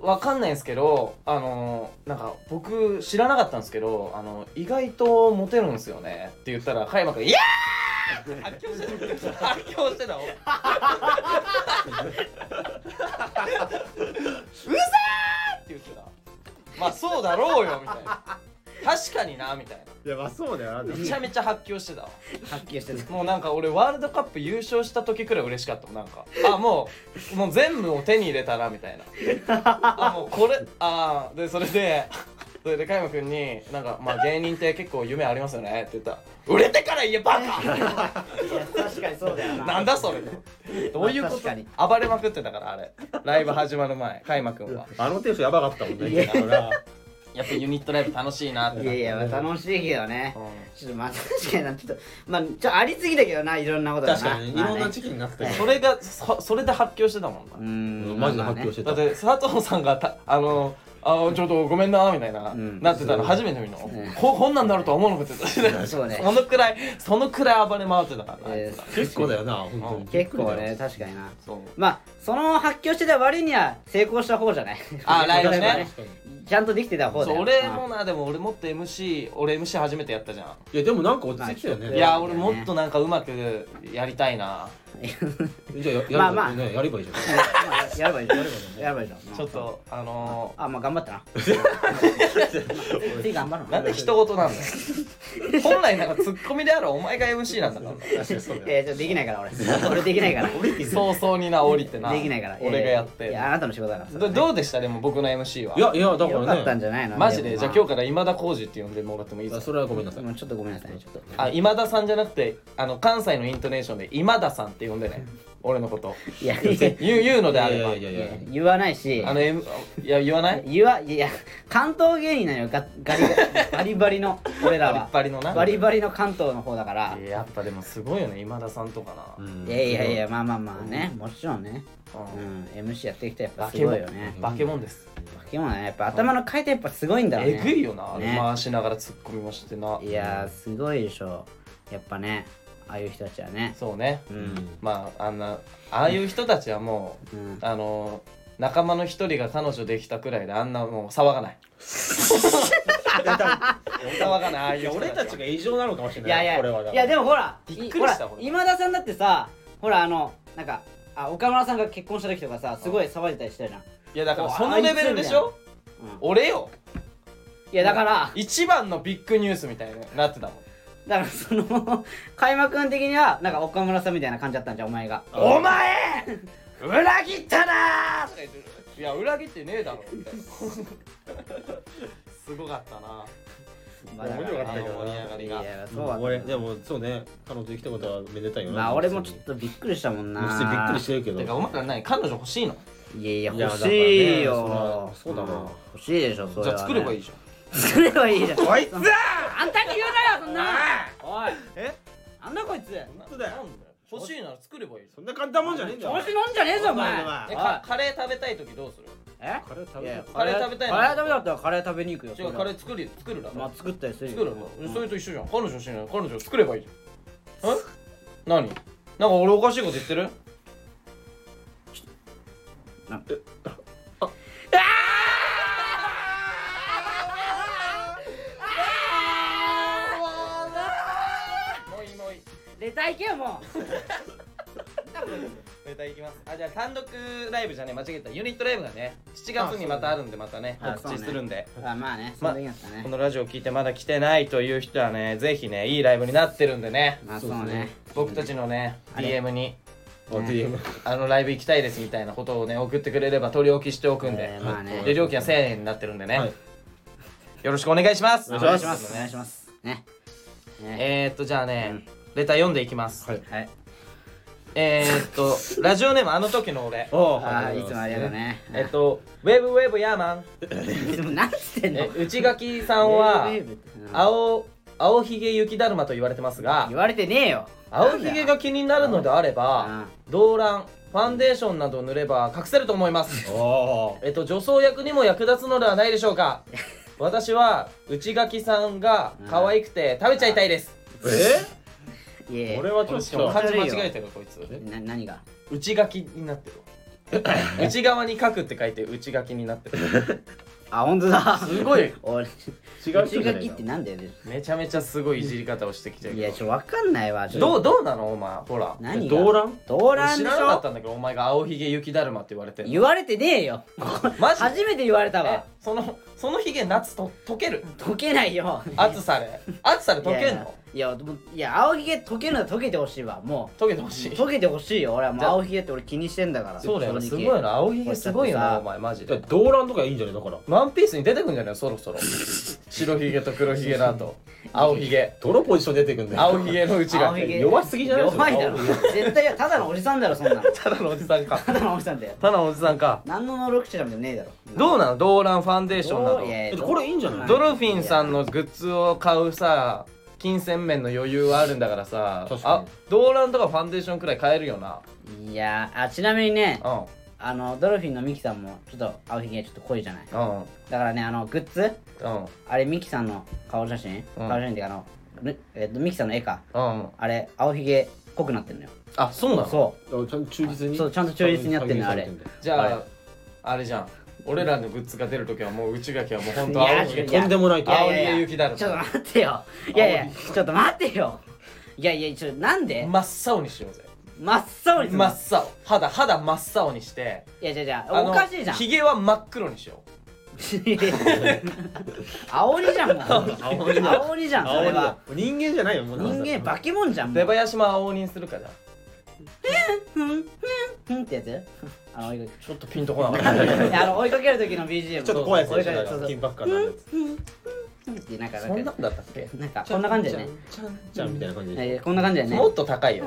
B: わかんないんですけどあのー、なんか僕知らなかったんですけどあの意外とモテるんですよねって言ったらカイマくん「いやー!」発狂してた発狂してたお前うざーって言ってたまあそうだろうよみたいな確かになみたい
C: いやまあそうだよな
B: なめちゃめちゃ発狂してたわ
A: 発揮してた。
B: もうなんか俺ワールドカップ優勝した時くらい嬉しかったもんなんかあもうもう全部を手に入れたなみたいなあもうこれあーでそれでそれで加山君になんかまあ芸人って結構夢ありますよねって言ったら売れてから言えバカ
A: いや確かにそうだよな。
B: なんだそれどういうこ
A: 確かに
B: と暴れまくってたからあれライブ始まる前加山君は
C: あのテンションやばかったもんね
A: いや
C: だから
B: やっぱユニットライブ楽しいなって
A: いやいや、まあ楽しいけどね
B: う。ん
A: ちょっとまあ 確かにな、ちょっと、まあちょっとありすぎだけどな、いろんなことがな。
C: 確かにい
A: まあね
C: ろんな時期になってたけど
B: それがそそれで発狂してたもんな
A: うー
C: うん
A: ん。
C: マジで
A: まあま
C: 発
A: あね
C: 狂して
B: だ
C: た
B: って佐藤さんがたあのあのちょっとごめんなみたいな、
A: うん
B: なってたの初めて見るの、
A: ん
B: ここんなんなるとは思わなかった
A: そうね
B: そのくらいそのくらい暴れ回ってたからな、あい
A: え
B: つら
A: ー
C: 結構だよな本当に
A: 結構ね、確かにな。
B: そう
A: まあ、その発狂してた割には成功した方じゃない
B: あライブね
C: 確かに
A: ちゃんとできてた方だ
B: そ
A: よ
B: う俺もなでも俺もっと MC 俺 MC 初めてやったじゃ
C: いやでもなんか落ちてきたよ
A: ま
B: ん
A: あ
B: い
C: ね
B: や俺もっとなんかうまくやりたいな、
C: じゃあややればいいね
A: まあまあ
C: やればいいじゃん
A: まあやればいいじゃんやればいいじゃん
B: ちょっとあの
A: あまあ頑張った な次頑張る
B: ー、なんで人事なんだよ本来なんかツッコミであるお前が MC なんだから
C: 確かにそう
A: い
C: だよ
A: やちょっとできないから 俺俺できないから
B: 早々にな降りてな
A: できないから
B: 俺がやっ
A: い
B: て
A: やあなたの仕事だからそれ
B: ど
A: はね
B: どうでしたでも僕の MC はい
C: やいやだ
A: よ
C: か
A: かっ
C: ら
A: たん
C: ね
A: じゃないの
B: マジでじゃあ今
A: 日
B: 日から今田耕司って呼んでもらってもいいです
C: あ
B: か
C: それはごめんなさい
A: ちょっとごめんなさいねちょっと
B: あ今田さんじゃなくてあの関西のイントネーションで今田さんって呼んでね俺のこと
A: いやいやい
B: 言う言うの
C: い
B: であ
C: やい
B: れば
C: やいやいや
A: や言わないし
B: あの、M、いや言わない
A: 言わいや関東芸人なのよガガリバリバリの俺ら
B: バリッ
A: は
B: バリのな
A: バリバリの関東の方だから
B: いややっぱでもすごいよね今田さんとか
C: う
B: な、
C: ん
A: いやいやいやまあまあまあねもちろんね
B: うん
A: うん MC やってきたらやっぱすごいよね
B: バケモンです、
A: バケモンはねやっぱ頭の回転やっぱすごいんだろう
B: え
A: ね
B: ぐいよな、あれ
A: ね
B: 回しながら突っ込みましてない
A: やーすごいでしょやっぱねああいう人たちはね
B: そうね
A: う
C: うん
A: ん
B: まああんなああいう人たちはもう
A: うん
B: あの仲間の一人が彼女できたくらいであんなもう騒がない騒がないああ
C: い
B: いう
C: や
B: 人
C: 俺たちが異常なのかもしれ
A: いや
C: ない
A: いや
C: これはだ
A: いやでもほら
B: びっくりした
A: いほ
B: こ
A: ら
B: れ
A: 今田さんだってさほらあのなんかあ岡村さんが結婚した時とかさすごい騒いでたりしたじゃん
B: いやだからそのレベルでしょ
A: うん
B: 俺よ
A: いやだから
B: 一番のビッグニュースみたいになってたもん
A: だからその開幕君的にはなんか岡村さんみたいな感じだったんじゃんお前が
C: あー
B: お前裏切ったなーとか言ってるいや裏切ってねえだろみたいなすごかったな
A: まあだ
C: 面白か
B: あ
C: った
A: ね
B: の
C: けど
B: 盛り上がり
A: い
B: が
A: やそう
C: もう
A: だ
C: 俺
A: った
C: でもそうね彼女できたことはめでたいよな
A: まあ俺もちょっとびっくりしたもんな
C: 普通にびっくりしてるけど
B: てかお前ら何彼女欲しいの
A: いやい
C: い
A: や
C: や
A: 欲しい
C: だか
A: よ
C: らねそらそうだな
A: うん欲しいでしょそれ
B: じゃあ作ればい
A: い
B: いじゃ
A: 作ればいいじゃん
B: んあいつ
A: あんたに言うなよそんなおい
C: え
A: なんだこいつ
C: 当だよ
B: 欲しいなら作ればいいじ
C: そんな簡単もんじゃねえんだ
A: 調子乗んじゃねえぞお前
B: ゃんえかカレー食べたい時どうする
A: え
C: カレー食
A: い
C: べ
A: や
C: た
B: カレー食べたいの
A: カレー食べたかったらカレー食べに行くよ
B: 違うカレー作る作るだろ、
A: まあ作ったりするよ
B: 作るの、
A: うん
B: それと一緒じゃん彼女欲しいなら彼女作ればいいじゃんえ何なんか俺おかしいこと言ってるもういいもういい
A: レター行けよもう
B: レターいきますあじゃあ単独ライブじゃね間違えたユニットライブがね7月にまたあるんでまたね
A: あ
B: 告知するんで、
A: あまあねそ
B: ま
A: うでいいんですかね
B: このラジオ聞いてまだ来てないという人はねぜひねいいライブになってるんでね
A: まあそうね
B: 僕たちのね
A: あれ
B: DM に
C: あ DM
B: あのライブ行きたいですみたいなことをね送ってくれれば取り置きしておくんで、
A: えーまあね
B: で料金は1000円になってるんでね、
C: はい
B: よろしくお願いします
A: お
C: お
A: 願
C: 願
A: い
C: い
A: し
C: し
A: ま
C: ますす
A: お願いしますねね
B: えー、っとじゃあね、
A: うん
B: レター読んでいきます、
C: はい
A: はい
B: えー、っとラジオネームあの時の俺
C: お
A: あーいつもありがとうね。
B: えっとウェブウェブヤーマン
A: いつも何つってん
B: え
A: の
B: 内垣さんは
A: ウェーブってうん
B: 青青ひげ雪だるまと言われてますが
A: 言われてねえよ。
B: 青ひげが気になるのであれば
A: あ
B: 動乱ファンデーションなどを塗れば隠せると思います
C: おお
B: えっと女装役にも役立つのではないでしょ うか私は内垣さんが可愛くて食べちゃいたいです
C: え
A: いえいえ
C: 俺はちょっ
B: しかも
C: と
B: 漢字間違えてるこいつ
A: な何が
B: 内書きになっ てるわ内側に書くって書いて内書きになってる
A: あ、本当だ。
B: すごい
A: 俺、
C: 違う人
A: 内
C: じ
A: 書
C: ゃな
A: き
C: い
A: ってなんだよね。
B: めちゃめちゃすごいいじり方をしてきてる
A: い
B: けど
A: や、ちょ、わかんないわ。ちょ
B: どうどうなのお前ほら
A: 何が
C: 動乱
A: 動乱
B: 知
A: でし
B: らなかっ
A: ょ
B: たんだけどお前が青ひげ雪だるまって言われてんの
A: 言われてねえよ。
B: マジ
A: 初めて言われた
B: え
A: わ。
B: そのそのひげ夏と溶ける
A: 溶けないよ。
B: 暑さで暑さで溶け
A: い
B: ん
A: や
B: の
A: いや、いやもういや青ひげ溶けるのは溶けてほしいわ。も
B: 溶けてほ
A: う、
B: しい
A: 溶けてほしいよ。俺はもう
B: じゃあ
A: 青ひげって俺気にしてんだから。
B: そうだよな
A: 正
B: す
A: 直
B: ごいな青ひげすごいよ
A: だって
B: な
A: さ
B: お前マジ
C: じゃ
B: で
C: あ動乱とかいいんじゃないだから
B: ワンピースに出てくんじゃないのそろそ ろ白ひげと黒ひげの後青ひげ
C: どのポジション出てくんだよ
B: 青ひげの内が
A: 青ひげ
C: 弱すぎじゃない
A: 弱いだろ。絶対ただのおじさんだろ、そんなの。
B: ただのおじさんか
A: ただのおじさんだよ。
B: ただのおじさんか
A: 何の能力者でもねえだろ。
B: どうなの動乱ファンデーションなど
A: どういやいや
C: えこれいいんじゃない
B: ドルフィンさんのグッズを買うさ金銭面の余裕はあるんだからさ
C: 確か
B: あ
C: に
B: 動乱とかファンデーションくらい買えるよない
A: やあちなみにね
B: うん
A: あのドルフィンのミキさんもちょっと青ひげちょっと濃いじゃないだ
B: うん
A: からねあのグッズ
B: うん
A: あれミキさんの顔写真、
B: うん
A: 顔写真っていうかあの、ぬえっと、ミキさんの絵か
B: うん
A: あれ青ひげ濃くなってんのよ
B: あそうなの
A: そ
C: あちゃんと忠実に
A: そうちゃんと忠実にやってんのあれ
C: 再現さてんだよ
B: じゃあ
A: は
B: あれじゃん俺らのグッズが出るときはもう内垣はもうほんと
A: いや
B: 青ひげ
A: い
B: と
A: や
C: とんでもない
A: い
C: と
A: や
B: や
A: いや
B: 青ひ
A: い
B: げ
A: や
B: 雪だるま
A: ちょっと待ってよいやいやちょっと待ってよいやいやちょっとなんで
B: 真っ青にしようぜ
A: 真っ青にするの
B: 真っ青肌肌真っ青にして
A: いやいやいや
B: あの
A: おかしいじゃん
B: ひげは真っ黒にしよう
A: 青りじゃんもう青りじゃんそれは
C: 青い人間じゃないよもう
A: 人間化け物じゃんもう
B: 出囃子も青にするかじゃん
A: ふんふんってやつあの追いか
B: ちょっとピンとこなかっ
A: け
B: た
A: いやあの追いかける時の BGM
C: ちょっと怖い
A: 追
C: や
A: い
C: つ
A: かけ
C: でし
A: るそうそう
C: ょ緊迫感のあるやつ
A: ふんってなんか
B: そんなんだったっけ
A: なんかこんな感じだよね
B: ちゃん
C: じゃあみたいな感じ
A: え
C: で
A: ーこんな感じだよね
B: もっと高いよ。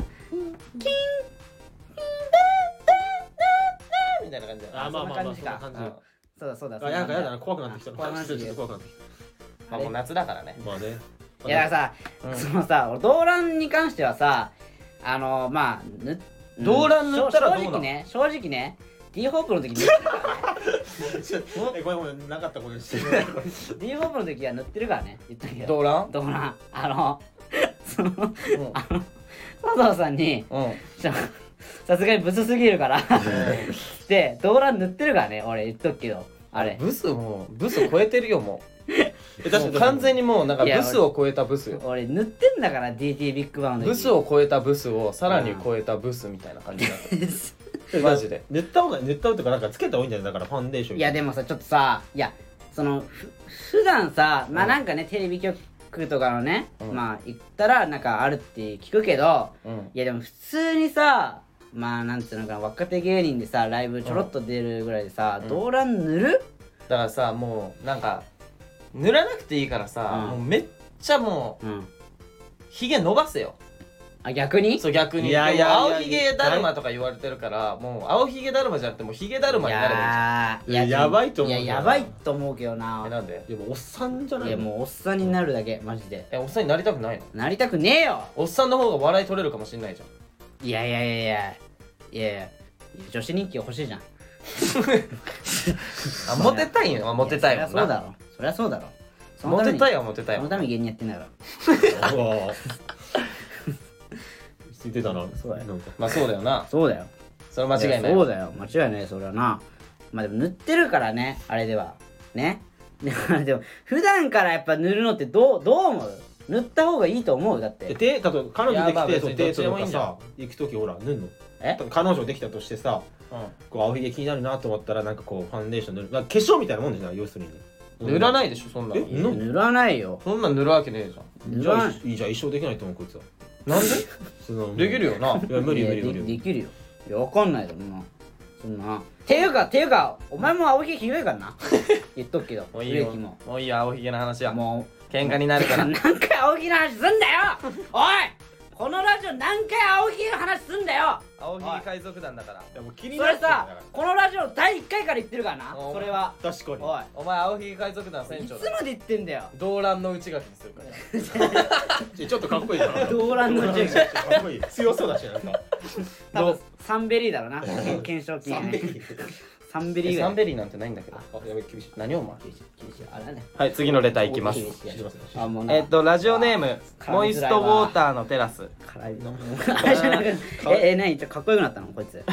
B: キンキンダーダーダーみたいな感じだよ。
C: あまあまあまあ
A: そんな感
C: そんな感
A: じ
C: じ
A: か
C: だ
A: そうだそうだ
C: あやだやだな怖くなってきた
A: 怖くなってき
C: ちょ
A: た
C: っと怖くなってき
B: まあもう夏だからね。
C: たまあね
A: いやだから
B: うん
A: さそのさ俺動乱に関してはさあのまあぬうん
B: 動乱塗ったらどうなの
A: 正直ね正直ね D ホープの時に
C: えごめんごめんなかったことにして
A: D ホープの時は塗ってるからね言ったけど
B: 動乱？
A: 動乱あのその
B: うん
A: あの佐藤さんに
B: うん。
A: ちょさすがにブスすぎるからで動乱塗ってるからね俺言っとくけどあれ
B: ブスもうブス超えてるよも
C: え
B: う。もう完全にもうなんか
A: いや
B: ブスを超えたブスよ。
A: 俺塗ってんだから DT ビッグバンの時
B: ブスを超えたブスをさらに超えたブスみたいな感じだっ マジで
C: 塗った方が塗った方がっていうかなんかつけた方がいいんじゃないだからファンデーショ ン
A: いやでもさちょっとさいやそのふ普段さまあなんかねテレビ局とかのね、
B: うん
A: まあ行ったらなんかあるって聞くけど
B: た。うん。
A: いやでも普通にさまあなんていうのかな若手芸人でさライブちょろっと出るぐらいでさ、
B: うん
A: 動乱塗る
B: だからさもうなんか塗らなくていいからさ、
A: うん
B: もうめっちゃもう
A: うん
B: ひげ伸ばせよ。
A: あ逆に
B: そう逆に
C: いやいや
B: でも
C: いや
B: 青ひげだるまとか言われてるからもう青ひげだるまじゃなくてもうひげだるまになればいいじゃ
A: やー
B: ん
C: いややばいと思う
A: い
C: よ
A: ややばいと思うけど
B: え
A: な
B: なんで
C: でもおっさんじゃない
A: いやもうおっさんになるだけマジで
B: えおっさんになりたくないの
A: なりたくねえよ
B: おっさんの方が笑い取れるかもしんないじゃん
A: いやいやいやいやいやいや女子人気欲しいじゃん
B: あモテたいよあモテたい
A: や
B: もん
A: そりゃそうだ
B: な
A: ろそりゃそうだろその
B: モ
A: た
B: テ
A: めに
B: たいはモテたい
A: そ
B: も
A: の
B: ん
A: ために芸人やってんだから
C: うわついてたな
A: そうだよ
C: なんか
B: まあそうだよな
A: そうだよ
B: それ間違いない
A: やそう
B: わ
A: だよ間違いないそれはなまあでも塗ってるからねあれではねでも でも普段からやっぱ塗るのってどうどう思う塗った方がいいと思うだっ
C: で
A: て
C: デートと彼女
B: いやまあ
C: できて
B: 別に
C: そうデート
B: どっちでもいい
C: とか
B: んじゃ
C: さ行く時ほら塗んの
A: え
C: 彼女できたとしてさこう青ひげ気になるなと思ったらなんかこうファンデーション塗るなんか化粧みたいなもんじゃない要するに
B: うん塗ら
C: い
B: ないでしょそんなの
C: え塗ん
A: 塗らないよ
B: そんなん塗るわけねえじゃん
A: 塗
C: じゃ
A: ら
C: あ
A: ない
C: いいじゃあ一生できないと思うこいつは
B: なんで
C: その
B: できるよ ない
C: や無理
A: いや
C: 無理無
A: でで
C: 理
A: きるよいやわかんないだろなそんなていうかていうかお前も青ひげひどいから な言っとくけど
B: もういいよ
A: 植木も
B: もういいよ青ひげの話は
A: も
B: 喧嘩になる
A: う
B: から
A: 何回青ひげの話すんだよおいこのラジオ何回青ひげの話すんだよ
B: 青ひげ海賊団だから
C: やもう気に
A: そ
C: な
A: れ
C: ってんだか
A: さこのラジオの第1回から言ってるからな
B: お
A: それは
C: ら確か
A: おい
B: お前青ひげ海賊団
A: い
B: 船
A: つ
B: 長
A: ま
B: だ
A: で言ってんだよ
B: 動乱の内垣にするから
C: にちょっとかっこいいな
A: 動乱の銃
C: かっこいい強そうだしなんか
A: 多分サンベリーだろう な懸賞金ねサンベリー
B: え
A: ぐ
B: サ
A: ら
B: ン
A: い
B: ベリーなんてないんだけどやべ厳しい何お前
A: あれね
B: はい次のレターいきます
A: あもうな
B: えっとラジオネーム
A: 絡みづらいわ
B: モイストウォーターのテラス
A: 辛いのあれじゃなくてええ何ちょっとかっこよくなったのこいつ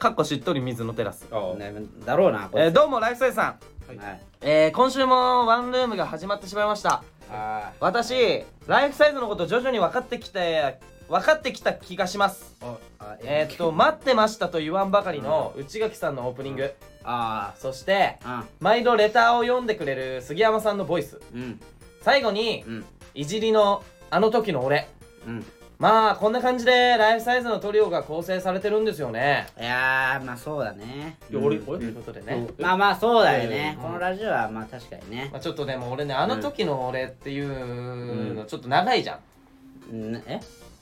B: かっこしっとり水のテラス、
C: あ
A: ねだろうなこい
B: えー
A: つ
B: どうもライフサイズさん、
A: はい
B: えー今週もワンルームが始まってしまいました
A: あ
B: 私ライフサイズのこと徐々に分かってきた分かってきた気がします
A: ーあ
B: えーっと待ってましたと言わんばかりの内垣さんのオープニング
A: あ
B: そして
A: あ
B: 毎度レターを読んでくれる杉山さんのボイス
A: うん
B: 最後に
A: うん
B: いじりのあの時の俺
A: うん
B: まあこんな感じでライフサイズのトリオが構成されてるんですよね
A: いやーまあそうだね
C: いや俺
A: うん
C: 俺
B: ということでね、
A: まあまあそうだよね
B: うん
A: このラジオはまあ確かにね
B: まあ、ちょっとでも俺ねあの時の俺っていうのちょっと長いじゃん
A: うんえ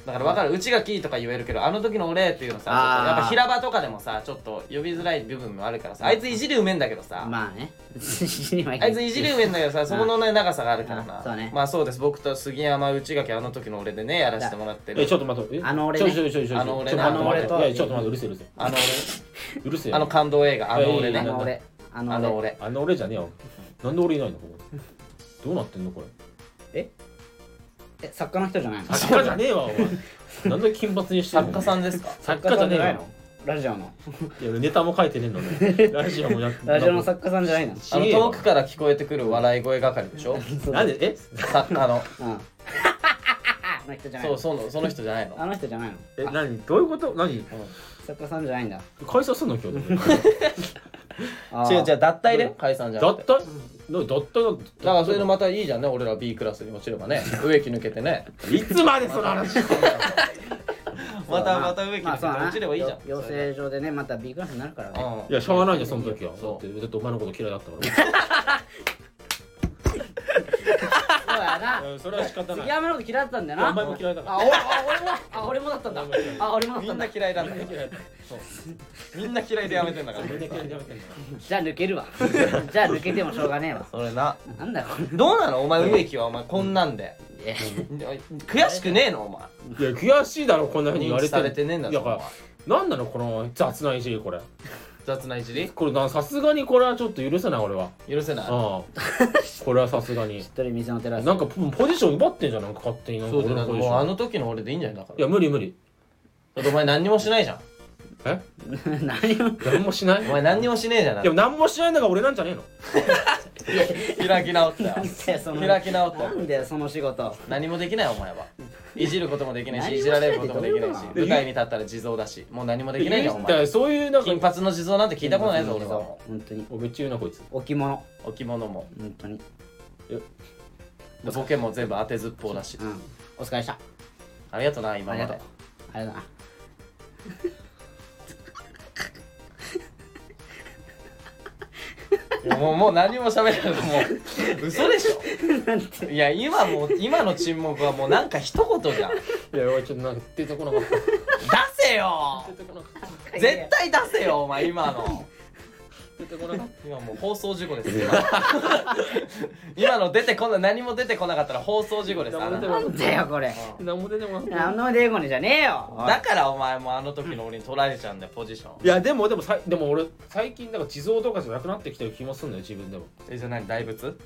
B: だから分かる内垣とか言えるけどあの時の俺っていうのさ
A: あー
B: ちょっとやっぱ平場とかでもさちょっと呼びづらい部分もあるからさあいついじりうめえんだけどさ、
A: まあね死にはい
B: あいついじりうめえんだけどさそこのね長さがあるから
A: あ
B: な
A: そうね
B: まあそうです僕と杉山内垣あの時の俺でねやらせてもらってる
C: えちょっと待ってえ
A: あの俺
C: ちょ
A: ね
C: いちょいちょいちょ
B: あ
C: い
B: の俺
C: ち
B: ね
C: ょっと待って
A: あの俺と
C: いやちょっと待ってうるせえうるせえ
B: あの
C: うるせえ
B: 俺あの感動映画あの俺
A: あ
B: ね
C: いやいやい
A: の
C: や
A: 俺あの
B: あ
A: 俺
B: の俺
C: あの俺じゃねえよなんで俺いないのここ どうなってんのこれ
A: え作家の人じゃないの
C: 作家じゃねえわお前 なんで金髪にしてんの
B: 作家さんですか
C: 作家じゃねえよ
A: ラジオの
C: いやネタも書いてねえ のねラジオもやって
A: ラジオの作家さんじゃないの
B: あの遠くから聞こえてくる笑い声係でし ょ
C: なんでえ
B: 作家の
A: うんあの人じゃないの
B: そうそのその人じゃないの
A: あの人じゃないの
C: え何どういうこと何
A: 作家さんじゃないんだ
C: 解散すんの今 日でも
A: あー
B: 違う違う脱退で解散じゃな
C: 脱
B: くて
C: 退な脱退だ
B: だからそれでまたいいじゃんね俺ら B クラスに落ちればね植木抜けてね
C: いつまでその話してんだよ
B: ま
A: そ
B: た
A: うだな
B: また植木
A: まあ
B: 抜けて
A: そうだな
B: 落ちればいいじゃん
A: 養成所でねまた B クラスになるからね
C: いやしょうがないじゃんその時はだっ
B: そ
C: てだってお前のこと嫌いだったか
A: そうやな
C: らうんそれは仕方
A: 杉
C: ない
A: 山のこと嫌いだったんだよな
C: お前も嫌いだから
A: あおあ俺もあ俺もだったんだあ俺もだっ
B: うみ
A: た
B: ん
A: ん
B: な
A: だ
B: 嫌いなんだ
C: みんな嫌いだ
B: みんな嫌いでやめてんだから
C: みんな嫌いでやめてんだから
A: じゃあ抜けるわじゃあ抜けてもしょうがねえわ
B: それな
A: なんだこれ
B: どうなのお前植木はお前こんなんで
A: いや
B: 悔しくねえのお前
C: いや悔しいだろこんなふうに言われて
B: 認知されてねえんだぞ
C: だからなんなのこの雑ないじりこれ
B: 雑ないじり
C: これなさすがにこれはちょっと許せない俺は
B: 許せない
C: ああこれはさすがに
A: 一人水の寺
C: なんかポポジション奪ってんじゃんなんか勝手になんか
B: そうだ
C: 俺の
B: よ
C: ポジシ
B: もうあ
C: ョン
B: の時の俺でいいんじゃないだか
C: い
B: ら
C: や無理無理
B: だってお前何にもしないじゃん
C: え
A: 何を
C: 何もしない
B: お前何にもしねえじゃな
C: で
B: い
C: も何もしないのが俺なんじゃねえの
B: 開き直ったよ
A: だよその
B: 開き直った
A: な
B: よ
A: んだよその仕事
B: 何もできないお前はいじることもできない
A: 何
B: し
A: も
B: いじられることもできない
A: し
B: し
A: ない
C: で
B: 舞台に立ったら地蔵だしもう何もできないじゃんお
C: だか
B: 前
C: らそういうなんか
B: 金髪の地蔵なんて聞いたことないぞ俺は
A: 本当に
C: おめっちゃ言うなこいつ
A: 置物
B: 置物も
A: 本当に
B: ボケも全部当てずっぽうだし
A: うんお疲れした
B: ありがとな今
A: あり
B: ま
A: がとう
B: で
A: あれだな
B: いやもうもう何も喋らないもう嘘でし
A: なんて
B: ょいや今もう今の沈黙はもうなんか一言じゃん出
C: いやおいちょっとなんか出てこなかった
B: せよ
C: 出てこなかった
B: 絶対出せよお前今の
C: 出てこなかっ
B: 今もう放送事故です今今の出てこな何も出てこなかったら放送事故ですあなた
A: なんだよこれ
C: た 何も出てこなかった
A: 何のデーゴネじゃねえよおい
B: だからお前もあの時の俺に取られちゃうんだよポジション
C: いやでもでもさいでも俺最近なんか地蔵とかじゃなくなってきてる気もすんだよ自分でも
B: えじゃあ何大仏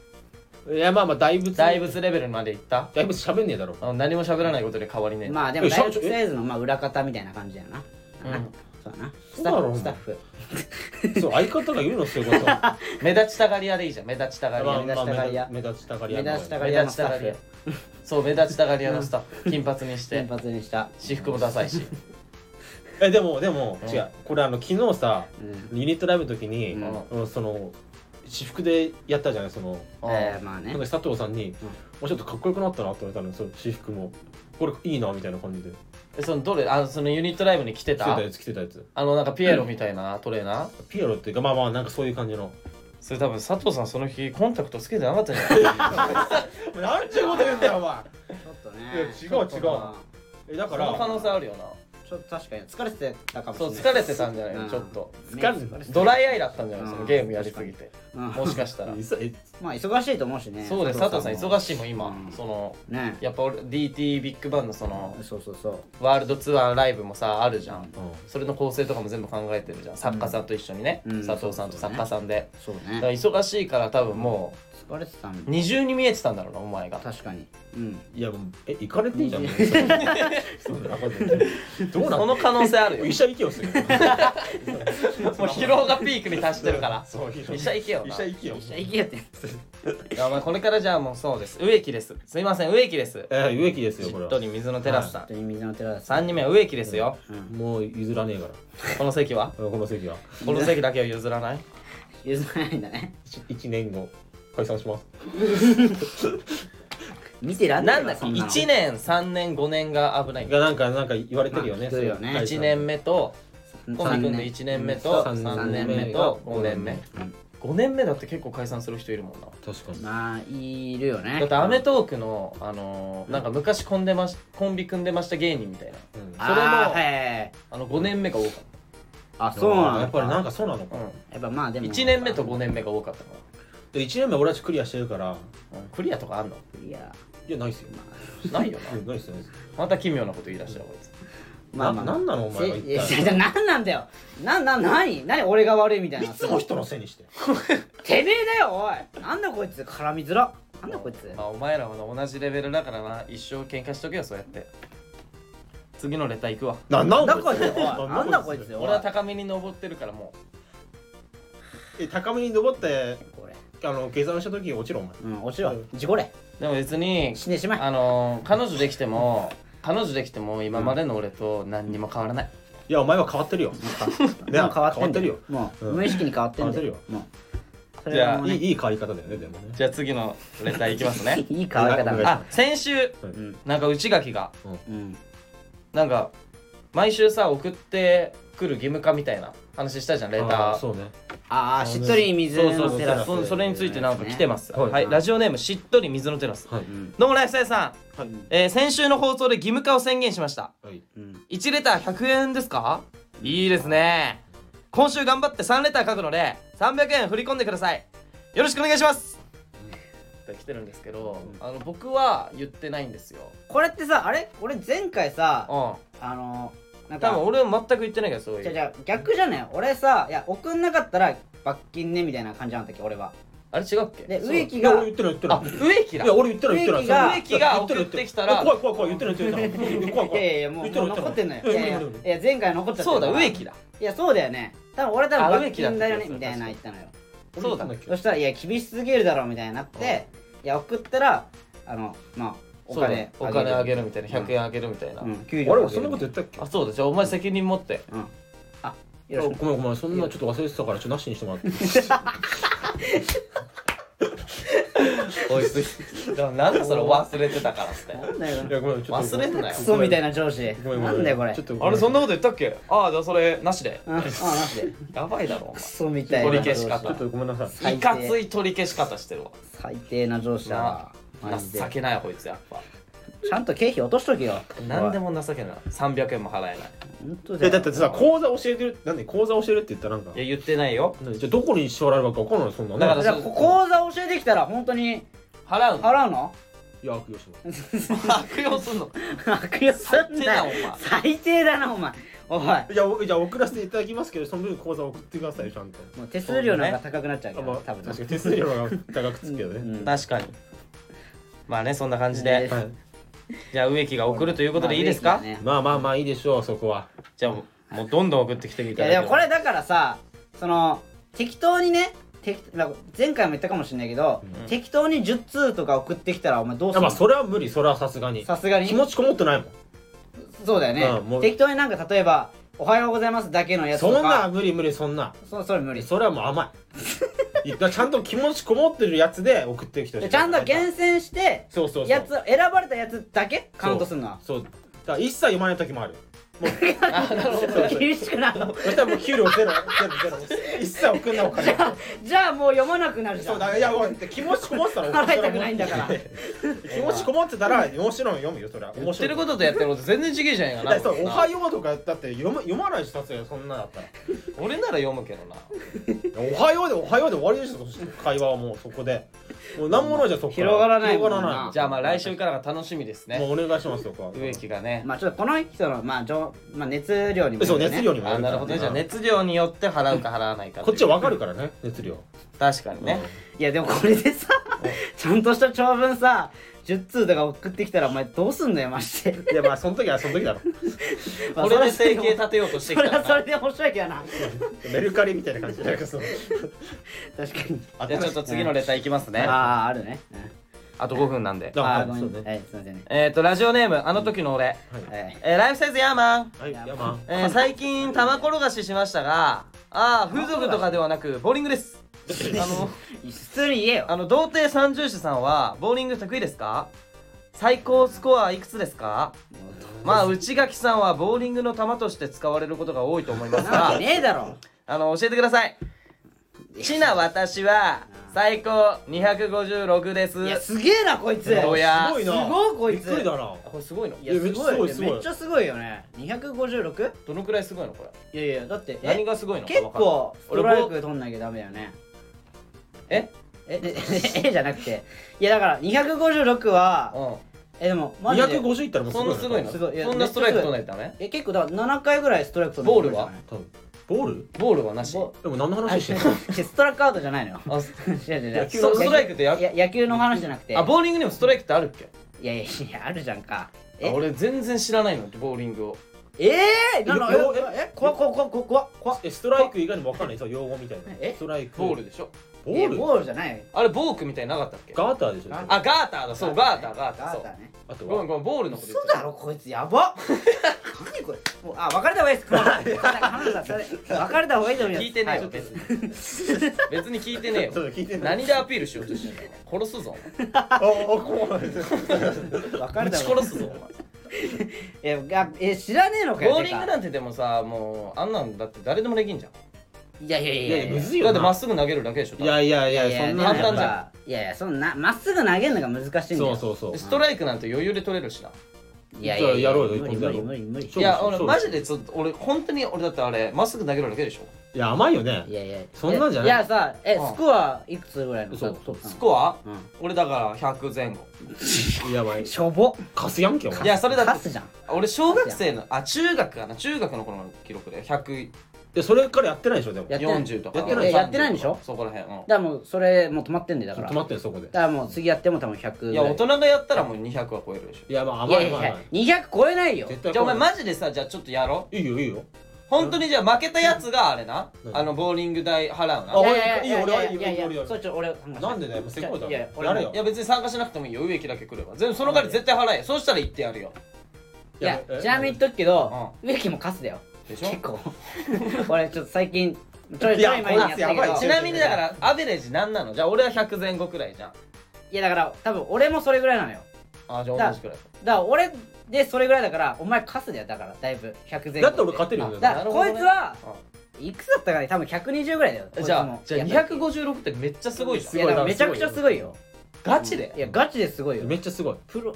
C: いやまあまあ大仏
B: 大仏レベルまで行った
C: 大仏喋んねえだ ろ
B: あの何も喋らないことで変わりねえ、
A: まあでも
C: え
A: ライ
C: 社
A: フ
C: 長え
A: サイズのまあ裏方みたいな感じだよな
B: うん、
A: そうだな
C: そ
A: ス
C: う
A: タ
C: だ
A: ッ
C: ろ
A: フ
C: お前
A: スタッフ
C: そう相方が言うのそういう ことまあ
B: 目立ちたがり屋でいいじゃん目立ちたがり
C: ま
B: 屋
C: あ
A: 目立ちたがり屋目
C: 目立ちたがり屋
A: 立ちたが
B: 目
A: り屋の
B: 立
A: ス
B: ち
A: タ
B: たが
A: ッ
B: り屋
A: フ
B: そう目立ちたがり屋のスタッフ金髪にして
A: 金髪にした
B: 私服もダサいし、
C: えでもでも、
B: うん
C: 違うこれあの昨日さ
A: うん
C: ユニットライブの時に、
A: うん
C: うんその私服でやったじゃないその
A: えーまあ
C: なん
A: ね
C: か佐藤さんに、もうちょっとかっこよくなったなって言われたのよその私服もこれいいなみたいな感じで着
B: えそのどれあのそのユニットライブに来て
C: て
B: た
C: たやつ着てたやつ
B: あのなんかピエロみたいなトレーナー
C: ピエロっていうかまあまあなんかそういう感じの
B: それ多分佐藤さんその日コンタクトつけてなかったんじゃない
C: なんちゅうこと言うんだよお前
A: ちょっとね
C: いや違う違う
A: ちょっとな
C: え えだ
B: そ
C: から
B: の可能性あるよな
A: ちょっと確かに疲れてたかもし
B: そ
A: れ
B: う
A: ない
B: 疲れてたんじゃない
A: うん
B: ちょっと
C: 疲れてた
A: ね
B: ドライアイだったんじゃないそ
A: うん
B: のゲームやりすぎて
A: うん
B: もしかしたら
C: いそえ
A: まあ忙しいと思うしね
B: そうです佐藤さん
A: も
B: 忙しいもん今
A: うん
B: その
A: ね
B: やっぱ俺 DT ビッグバンのその
A: そうそうそう
B: ワールドツアーライブもさあるじゃん
C: うん
B: それの構成とかも全部考えてるじゃん作家さんと一緒にね、
A: うん
B: 佐藤さんと作家さんで、
A: そう
B: だから
A: ね
B: 忙しいから多分も
A: 疲れてたん
B: う
A: だ
B: 二重に見えてたんだろうなお前が
A: 確かにうん
C: いやもうえ行かれてんじゃん
A: いや
C: そうだなどうな
B: その可能性あるよ
C: の医
B: も
C: 者行けよすぐ
B: う疲労がピークに達してるから
C: そう医
B: 医者行けよな
C: 医者行けよ
A: じゃあ行けよって
B: いやお前これからじゃあもうそうです植木ですすいません植木です
C: えー植木です
B: し
C: よこれ
B: っと
C: は
B: り水のテラスさん、
A: 本当に水の寺だ
B: 三3人目は植木ですよ、
A: うん
C: もう譲らねえから
B: この席は
C: この席は
B: この席だけは譲らない
A: 譲らないんだね
C: 1年後解散します
A: 見てらんねえ
B: な
A: わ
B: んだっけ
A: その
B: 1年3年5年が危ない
C: がなんかなんか言われてるよね
A: まあひどいよね
C: そういう
B: 1年目とコミ
A: 三
B: 君
A: 年
B: で1年目と
C: 三
B: 3年目と5年目5年目だって結構解散する人いるもんな
C: 確かに
A: まあいるよね
B: だって『アメトークの』あのーなんか昔コンでましコンビ組んでました芸人みたいな
C: うん
A: あー
B: それも
A: はい
B: あの5年目が多かっ
A: あそうなんだ
C: やっぱりなんかそうなの
B: た、
C: か
B: うん
A: やっぱまあでも
B: 1年目と5年目が多かったか
C: で1年目俺たちクリアしてるから
B: ら、うんクリアとかあんの
A: いや
C: いやないっすよ
B: ないよ
C: う
B: なん
C: ないっすよないっすよ
B: また奇妙なこと言い出したよこいつ
A: まあま
C: な
A: あ
C: なんなのお前は
A: せいや
C: 一
A: じゃ
C: 体
A: 何なんだよなんなん何何俺が悪いみたい
C: い
A: な
C: つも人のせいにして
A: てめえだよおいなんだこいつ絡みづらなんだこいつ
B: まあお前らは同じレベルだからな一生喧嘩しとけよそうやって次のレター行くわ
C: なな
A: なんん
C: だ
A: だこいつおいなんだこいつおい
B: 俺は高めに登ってるからも
C: え高めに登って
A: これ
C: あの下山した時落ちろお前
A: うん落ちろ事故れ
B: うでも別に
A: 死ねしまえ
B: あのー彼女できても彼女できても今までの俺と何にも変わらない
C: いやお前は変わってるよ
A: でも変わってんだ
C: るよ
A: もう
C: うん
A: 無意識に変わってんだ
C: 変わって
A: もうそ
B: じ
A: れ
B: ゃあ
A: はもう
C: い
A: ね
C: いいい変わり方だよねでもね
B: じゃあ次のレター行きますね
A: いい変わり方
C: はい
A: だ
B: あ先週
A: うん
B: なんか内垣が
A: うん
B: なんか毎週さ送ってくる義務化みたいな話したじゃんレター
C: あそうね
A: ああしっとり水
B: そうそ
A: の
B: う
A: テ
B: そ
A: ラ
B: う
A: ス
B: そそれについてなんか来てます、
C: はい
B: はい、ラジオネームしっとり水のテラス
C: はい
A: うん
B: どうもライフサイズさん、
C: はい
B: えー先週の放送で義務化を宣言しました
C: はい
A: うん
B: 1レター100円ですかいいですね今週頑張って3レター書くので300円振り込んでくださいよろしくお願いします来てるんですけど、あの僕は言ってないんですよ。
A: これってさあれ俺前回
B: うん。
A: さ
B: 多
A: あのなんか
B: 分俺は全く言ってないけどそうい
A: じゃあじゃ
B: う。
A: あ逆じゃない俺さいや送んなかったら罰金ねみたいな感じなんだっけ俺は
B: あれ違うっけ？
A: で
B: そう
A: 植木
C: いや俺
A: が
C: 言ってない言ってない
B: あ植木だ
C: いや。俺言ってない言ってない
B: 植木が
C: 言ない
B: 送ってきたら
C: いや怖い怖い怖い言ってない言ってない怖い
A: い
C: 怖い
A: やいやもう
C: 言ってる
A: もう
C: 言
A: 残
C: っ
A: ってて
C: る
A: んのよいやいや
C: うん
A: いや前回残っちゃって
B: そうだ植
A: 木
B: 木だ。
A: いやそうだよね多分俺多
B: あ
A: 分
B: 植
A: 罰
B: 木だ
A: 金だよね
B: そうそうそう
A: みたいな言ったのよ
B: そうだ
C: 俺言ったんだ
A: そ
C: っ
A: したらいや厳しすぎるだろみたいになっていや送ったらあのまあお
B: そうだ
A: 金
B: お金あげ
A: る
B: るみたいな100円あげるみたいな。
A: うん
C: け
A: 給料
C: あれ
A: あげる
C: そんなこと言ったっけ
B: あそうだじゃあお前責任持って。
A: うんあ
C: あ
A: よろし
C: ごめんごめんそんなちょっと忘れてたからちょっとなしにしてもらっていい
B: おいつ。でもなんだそれ忘れてたからって。
A: くなんだよ
C: やごめんちょっと
B: 忘れてない
A: クソみたいな上司
C: ごめんごめん
A: なんだよこれ
C: ちょっとごめ
B: あれそんなこと言ったっけ？ああじゃあそれなしで。
A: うんあマジで
B: やばいだろ
A: ク。ソみたいな
B: 取り消し方
C: ちょっとごめんなさい
B: お前いかつい取り消し方してるわ。
A: 最低な上司だわマジで
B: 情けないこいつやっぱ
A: ちゃんと経費落としとけよ
B: 何で
A: も
B: も情けない300円も払えない
A: 本当だ
C: え
A: よ
C: だってさ講座教えてるなんで講座教えるって言ったらなんか
B: いや言ってないよ
C: なんでじゃあどこに支払えばか分かん ないそんなね
B: だから
A: じゃあこ講座教えてきたら本当に
B: 払うの
A: 払うの
C: いや悪用します
B: 悪用すんの
A: 悪用すんなよ最低だなお前おい
C: いやおじゃあ送らせていただきますけどその分口座送ってくださいよちゃんと
A: もう手数料なんか高くなっちゃう
C: あ
A: け
C: まあ
A: ど多分
C: 確かに手数料が高くつくけどね、
A: うん
B: 確かにまあねそんな感じ
A: ね
B: で
C: はい、
B: じゃあ植木が送るということでいいです
A: まあ
B: か
A: 利益だね
C: まあまあまあいいでしょうそこは
B: じゃあもうどんどん送ってきてい
A: い
B: た
A: や
B: だ
A: で
B: いて
A: もこれだからさその適当にね適なんか前回も言ったかもしれないけど、
B: ん
A: 適当に10通とか送ってきたらお前どうす
C: あ
A: る
C: まあ
A: の
C: それは無理それはさすがに
A: さすがに
C: 気持ちこもってないもん
A: そうだよね、
C: うんもう
A: 適当になんか例えば「おはようございます」だけのやつ
C: そ
A: と
C: ん
A: か
C: な無理無理そんな
A: そそれ無理
C: それはもう甘 いいやちゃんと気持ちこもってるやつで送ってきてほし
A: で
C: い
A: ちゃんと厳選して
C: そうそうそう
A: やつ選ばれたやつだけカウントするのは
C: そうだから一切読まない時もある
B: あなるほどね
A: 厳しくなる
C: そしたらもう給料ゼロゼロゼロです一切送んないお金
A: じゃあもう読まなくなるじゃ
C: そうんだいやもう気持ちこもってたら
A: 払いたくないんだから
C: 気持ちこもってたらもちろん読むよそれは
B: 言
C: 面
B: って
C: 白い
B: ることとやってること全然違えじゃねえか
C: だ
B: な
C: ってそうお
B: 俺な
C: はようとかだって読む読まないし達也そんなだったら
B: 俺なら読むけどな
C: おはようでおはようで終わりでしょそして会話はもうそこでもう何もないじゃんそこから
A: 広がらないもんな
C: 広がらない
B: じゃあまあ来週からが楽しみですね
C: もうお願いしますよこれ
B: 植木がね
A: まあちょっとこの人のまあじょまあ熱量にも
C: そう
A: よるよね
C: 熱量にもよ
B: あ
C: る
B: な
C: から
B: るほどねじゃあ熱量によって払うか払わないか
C: こっちは
B: は
C: わかるからね熱量
B: 確かにね
A: いやでもこれでさちゃんとした長文さ10通とか送ってきたらお前どうすんのよマジで
C: いやまあその時はその時だろ
A: まあ
B: これで
A: それ
B: 生
A: は
B: 計立てようとして
A: そ
B: き
A: れ
B: た
A: は
B: ら
A: そ
B: な
A: れで面白いけどな
C: メルカリみたいな感じでなんかその
A: 確かに
B: じゃあちょっと次のレターいきますね
A: あ
B: あ
A: ああるね
B: と5分なんで
A: ああ
C: あ
A: ーご
C: ご
A: め
C: め
A: ん
C: ん
A: ね
C: ね
A: はいすいませんね
B: えっとラジオネームあの時の俺
C: はい
A: はい
B: えーライフサイズヤーマン
C: はいやまあ
B: えー最近玉転がししましたがああ風俗とかではなくボーリングですあの
A: 普通に言えよ
B: あの童貞三重士さんはボーリング得意ですか最高スコアいくつですかまあ内垣さんはボーリングの球として使われることが多いと思います
A: なわ
B: が
A: けねえだろ
B: あの教えてくださいちな私は最高256で
A: いや
B: す
A: すげえなこいつ
B: どうや
C: すごいな
A: すごいこいつ
C: びっくりだな
B: これすごいの
A: いやす
C: いや
A: ごい
C: すごいすごい
A: めっちゃすごいよね 256?
B: どのくらいすごいのこれ
A: いやいやだってえ
B: 何がすごいのか
A: 結
B: わかんない
A: 構ストライク取んなきゃダメだよね
B: え
A: ええええじゃなくていやだから256は
B: う
A: えでもマジで
C: 250いったらも
B: ん
C: う
B: そんなすごいの
A: すごいいや
B: そんなストライク取らないとダメ
A: え結構だから7回ぐらいストライク取んなきゃダメだよね
C: 多分ボール
B: ボールはなし
A: ボ
C: でも何の
A: あ違う
C: 話してんの
A: 違 うストライクアウトじゃないのよ
B: あ
A: 違う違う違う
C: 野球の
B: ストライクって野球
A: いや野球の話じゃなくて
B: あボーリングにもストライクってあるっけ
A: いやいやいやあるじゃんか
B: あ
A: え
B: 俺全然知らないのボーリングを
A: ええなの
C: よよ
A: ええ怖っ怖っ怖っ怖っ怖っ怖っ
C: えストライク以外にもわかんないそう用語みたいな
A: え
C: ストライク
B: ボールでしょ
C: ボ
A: いや
C: ール
A: ボールじゃないよ
B: あれボークみたいになかったっけ
C: ガーターでしょ
A: ガー
B: あガーターだそうガーターガーター
A: ガ
B: そ
A: ー
B: う
A: ターね
C: あと
B: ごめん
C: は
B: ごめんボールのこと
A: 嘘
B: 言ってた
A: だろこいつやばっ何これもうあ別れた方がいい です熊田さん浜田さんそれ別れた方がいいと思います
B: 聞いてねえ
A: は
B: よ別に別に聞いてね え
C: そう
B: よ
C: だ聞いてない
B: 何でアピールしようとしてんだ殺すぞ
C: ああ怖い
A: 別
B: お前
A: れ
B: ぶ
A: た
B: ち
A: 方がい
B: 殺すぞ
A: いえがえ知らねえの
B: お
A: か
B: 前
A: よ
B: ボーリング
A: てか
B: なんてでもさもうあんなんだって誰でもできんじゃん
A: いやいやい
C: い
A: や
C: やいやむずい
B: だ
C: よ
B: ってまっ
C: な
B: すぐ投げるだけでしょ多分
C: いやいやい
A: いや
C: や
A: いや
C: そん
A: でもや
C: な
A: っ
B: 簡
A: ぱ
B: 単じゃ
A: いやいやそんなまっすぐ投げるのが難しいんだ
C: そ
A: よ
C: うそうそう
B: ストライクなんて余裕で取れるしない
A: やいやい
C: じゃあやろうよ
A: 無理
C: 一
A: 無
C: 本やろ
A: 理
C: う
A: 無理無理
C: そ
B: いうや
C: そう
B: 俺
C: そう
B: マジでちょっと俺本当に俺だってあれまっすぐ投げるだけでしょ
C: いや甘いよね
A: いやいや
C: そんなんじゃない
A: やさえ
B: うん
A: スコアいくつぐらいの
C: そうそう
B: ス
A: ア
B: コア
A: うん
B: 俺だから100前後
C: やばい
A: しょぼ
C: カスやんけお前
B: いやそれだ
A: カ
B: って
A: スじゃん
B: 俺小学生のあ中学かな中学の頃の記録で140
C: いやそれからやってないでしょでも
A: やってない
B: とか
C: やってない
B: 30
A: やってないんでしょ
B: そこら辺うん
A: だからもうそれもう止まってんでだから
C: 止まってんのそこで
A: だからもう次やっても多分100ぐ
B: い
A: ら
B: や
A: い
B: 大人がやったらもう200は超えるでし
C: いやまあ
A: いや
C: 甘い
A: い
C: 甘い
A: や
C: 甘い
A: いや200超えないよ
C: 絶対
B: ょじゃあお前
C: 甘い
B: マジでさじゃあちょっとやろう
C: いいよいいよ
B: 本当にじゃあ負けたやつがあれな
C: 何
B: あのボーリング代払う
C: あ
B: な
A: や
B: い
A: いや
C: いいよ俺はいいよ
A: いやいや
C: 俺はいいよ
A: そうちょ俺考えて
C: なんでだよもうせっかくだ
A: いやいや俺
C: やれよ
B: いや別に参加しなくてもいいよ植木だけ来れば全部その代わり絶対払えそうしたら行ってやるよ
A: いや
C: え
A: ちなみに言っとくけど植木もカスだよ
B: でしょ
A: 結構俺ちょっと最近ちょい
C: い
A: ち
C: や
A: ょい前にやったけど
C: こいつやばい
B: ちなみにだからアベレージ何なのじゃあ俺は100前後くらいじゃん
A: いやだから多分俺もそれぐらいなのよ
B: あじゃあ同じくらい
A: だから俺でそれぐらいだからお前カスだよだからだいぶ100前後
C: だって俺勝てるよね
A: だからこいつは
B: あ
A: いくつだったかね多分120ぐらいだよ
B: じゃあじゃあ
A: 200
B: 256ってめっちゃすごいじゃん
C: す
A: い
C: ご
A: や
C: い
A: だからめちゃくちゃすごいよ
B: ガチで
A: いやガチですごいよ
C: めっちゃすごい
A: プロ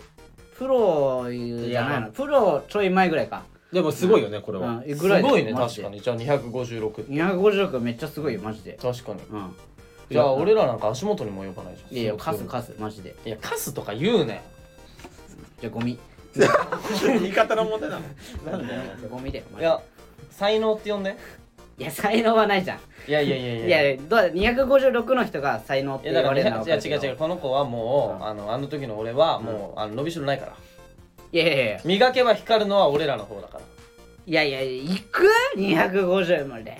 A: プロじゃないのプロちょい前ぐらいか
C: でもすごいよねこれは
A: うん
B: す
A: ぐらいだよ
B: ごいね
A: マジで
B: 確かにじゃあ256
A: 256めっちゃすごいよマジで
B: 確かに
A: うん
B: じゃあ俺らなんか足元にも及ばないじゃん
A: いやいや
C: そう
A: カスカスマジで
B: いやカスとか言うね
A: じゃあゴミ
C: 言い方の問題なの
A: ゴミだよマジ
B: い
A: で
B: や才能って呼んで
A: いや才能はないじゃん
B: いやいやいやい
A: いやどうだ256の人が才能っ
B: い
A: て
B: や
A: 言
B: だか
A: わ
B: ら
A: れるのは分
B: いや
A: かるけど
B: 違う違うこの子はも
A: う
B: う、
A: ん
B: あのあの時の俺はもう、あの伸びしろないから
A: いやいやいや
B: 磨けば光るのは俺らの方だから
A: いやいや行く250もう練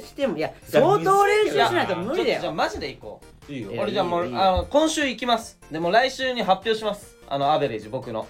A: 習してもいや相当練習しないと無理だ
B: ちょっとじゃあ
A: よ
B: マジで行こ
C: いい
A: い
B: う
C: うよ
A: や
B: 俺じゃあもう
A: いいよいいよ
B: あの今週行きますでも来週に発表しますあのアベレージ僕の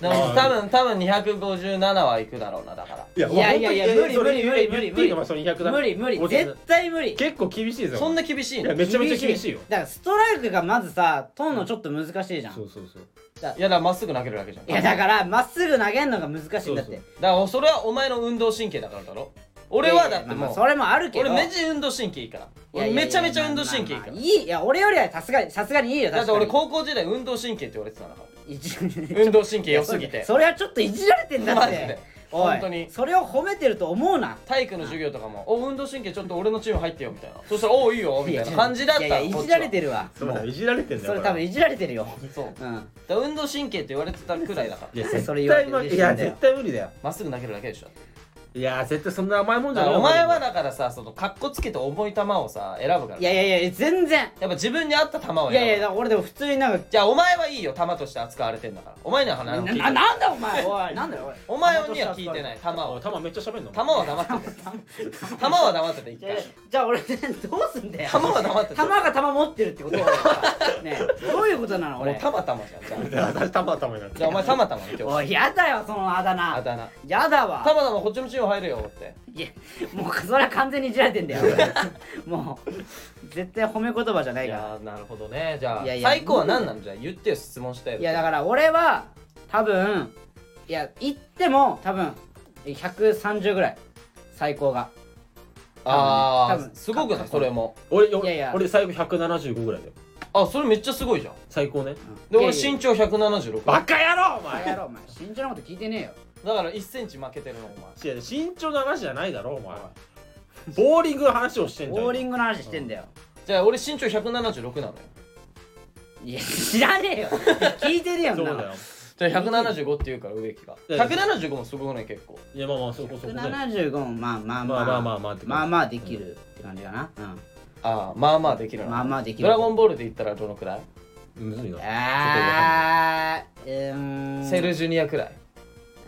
B: でも
C: あー
B: 多分多分257は行くだろうなだから
C: いや
A: いやいやいや無理
C: それ
A: 無理無理無理
C: 言っていいのお前それ200だ
A: 無理無理
C: 俺
A: 絶対無理
C: 結構厳しいぞ
B: そんな厳しい
C: い
B: の
C: やめちゃめちゃ厳しいよ
A: だからストライクがまずさ取るのちょっと難しいじゃん
C: そうそうそう
A: だ
B: いやだからまっすぐ投げるだけじゃん
A: いやだからまっすぐ投げるのが難しいんだっ
C: そう
A: て
B: だからそれはお前の運動神経だからだろ俺はだって
A: いやいやまあまあ
B: もう
A: それもあるけど
B: 俺めちゃ運動神経いいから
A: いやいや
B: 俺
A: いや
B: めちゃめちゃ運動神経いい
A: ま
B: か
A: あま
B: ら
A: あまあいいいや俺よりはさすがにさすがにいいよ
B: だ
A: 確
B: って
A: かに
B: 俺高校時代運動神経って言われてたんだから
A: 運
B: 運動神経良すぎて
A: それはちょっといじられてんだっ
B: マジ
A: て
B: で
A: おい
B: 本当に
A: それを褒めてると思うな
B: 体育の授業とかも「お運動神経ちょっと俺のチーム入ってよ」みたいなそしたら「おおいいよ」みたいな感じだった
A: いやいやいじられてるわ
C: そうだよいじられてんだよ
A: それ多分
C: い
A: いじられてるよ
B: るそうだか
A: うん
B: ら運動神経って言われてたくらいだから
C: や
A: なんでそれ
C: 絶
A: 言われ
C: 対
A: て嬉しいん
C: まい
A: だよ
C: や絶対無理だよ
B: まっすぐ投げるだけでしょ
C: いや絶対そんな甘いもんじ
B: だ
C: ゃ
B: か
C: ない
B: らお前はだからさそのかっこつけて重い球をさ選ぶから
A: いやいやいや全然
B: やっぱ自分に合った球を選ぶ
A: いやいやだから俺でも普通になんか
B: じゃあお前はいいよ球として扱われてんだからお前には
A: な
B: 話を聞いて
A: な
B: ない
A: なんだお前おいなんだよおい
B: お前には聞いてない球
C: お
B: を
C: いたまめっちゃ喋んの
B: 球は黙ってて球は黙ってて一
A: じゃあ
B: 回
A: じゃあ俺ねどうすんだよ
B: 球は黙ってて
A: 玉が玉持ってるってことはねどういうことなの
B: 俺
A: 俺
B: たまたまじゃんじゃあ
C: いや私たまたまになって
B: じゃあお前たまたまね今
A: お
B: 日
A: いやだよそのあだ
B: あ
A: 名
B: だ名
A: やだ
B: た
A: わ
B: またまこっちのチーム入るよって
A: いやもうそれは完全にいじられてんだよ もう絶対褒め言葉じゃないいから
B: やーなるほどねじゃあ
A: いやいや
B: 最高は何なんじゃあ言ってよ質問して
A: いやだから俺は多分いや行っても多分130ぐらい最高が
B: あ
A: 多分
B: あ
A: ね
B: すごくない
A: か
B: それも
C: 俺
A: いやいや
C: 俺俺最後175ぐらいだよ
B: あそれめっちゃすごいじゃん
C: 最高ね
B: で
A: いや
B: 俺
A: いや
B: 身長176だ
C: バカ野郎お
A: あ
C: 前
A: れやろお前身長のこと聞いてねえよ
B: から1センチ負けてるのお前
C: いや身長の話じゃないだろお前ボーリングの話をしてんじゃん
A: ボーリングの話してんだよ
B: じゃあ俺身長176なのよ
A: いや知らねえよ聞いてねえよ
C: そう
A: な
C: だよ
B: じゃあ175って言うから植木が
C: いやい
B: 175もすごくない結構
C: いやまあまあそこそこね
A: 175もまあまあま
C: ま
A: あ
C: あまあまあまあって
A: まあまあできるって感じかな
B: ああまあまあできる
A: うん
B: な
A: まあまあできる
B: ドラゴンボールで言ったらどのくらい、
C: むずいな
A: あーうーん
B: セルジュニアくらい、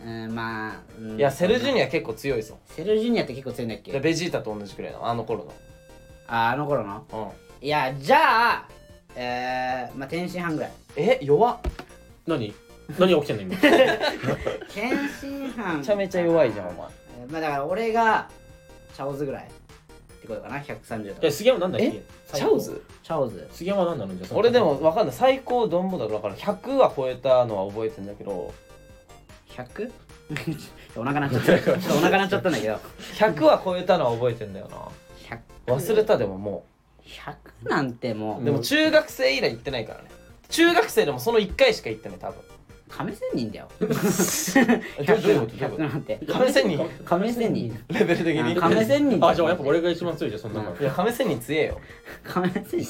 A: うんまあうん
B: いやセルジュニア結構強いぞ
A: セルジュニアって結構強いんだっ
B: じゃあ
A: け
B: ベジータと同じくらいのあの頃
A: ああの頃の
B: のうん
A: いやじゃあえー、まあ天津飯 ぐらい
B: え弱っ
C: 何何が起きてんの今
A: 天津飯
B: めちゃめちゃ弱いじゃんお前
A: えーまあだから俺がチャオズぐらいってことかな130と
C: え
A: か
C: 杉山なんだっけ
B: えチャウズ
A: チャオズ
C: 杉山なんなのじゃあその
B: 俺でも分かんない最高どんぼだろだから100は超えたのは覚えてんだけど
A: 100? お腹なっちゃったちょっとお腹なっちゃったんだけど
B: 100は超えたのは覚えてんだよな
A: 100
B: 忘れたでもも
A: 100なんても
B: う
A: う
B: でも中学生以来行ってないからね中学生でもその1回しか行ってない多分
A: 亀仙人 だよ
B: どうどういうことどういう
A: 100
B: こと
A: なんて
B: 亀仙人
A: 亀仙人
B: レベル的
A: あ
B: に
A: 亀仙人
C: あじゃあやっぱ俺が一番強いじゃんそんなの
B: いや亀仙人強えよ
A: 亀仙人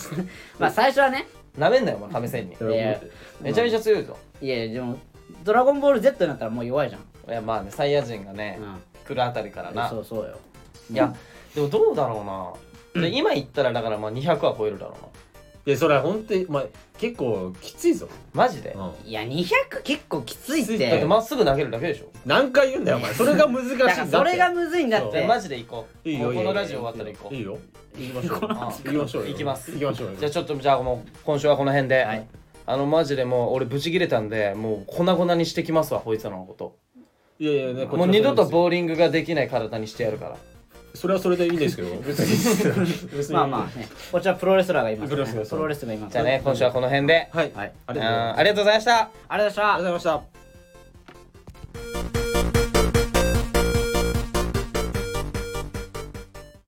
A: まあ最初はね
B: なめんなよお前亀仙人
A: んいや
B: めちゃめちゃ強いぞ
A: いやでも「ドラゴンボール Z」になったらもう弱いじゃん、
B: いやまあねサイヤ人がね
A: う
B: 来るあたりから
A: ん、
B: な
A: そうそうよ
B: いやでもどうだろうなで今言ったらだからまあ200は超えるだろうない
C: やそれは本当にまあ結構きついぞ
B: マジで
C: うん
A: いや200結構きついって
C: きつい
B: だってまっすぐ投げるだけでしょ
C: 何回言うんだよお 前それが難しいんだ
A: だか
C: って
A: らそれがむずいんだっ
C: そ
A: て
B: でマジで行こう
C: いい
B: も
C: よ
B: う
C: いい
B: こ
C: よ
B: のラジオ終わったら行こう
C: いいよ行きましょう
B: あ
C: 行きましょうよ
B: 行きます
C: 行きましょうよ
B: じゃあちょっとじゃあもう今週はこの辺で、
A: はい
B: あのマジでもう俺ブチ切れたんでもう粉々にしてきますわこいつらのこ
C: いやいやね
B: と
C: こっち
B: もう
C: の
B: 二度とボーリングができない体にしてやるから
C: それはそれでいいんですけど別 に別に
A: まあまあねこっちはプロレスラーがいます、
C: プロレスラ
A: ね、
C: ー
A: プロレスがいます
B: じゃあね今週はこの辺で、
C: はい
A: はい
C: あ
B: う
C: り
B: ん
C: がとうございます
B: ありがとうございました
A: ありがとうございました
C: ありがとうございました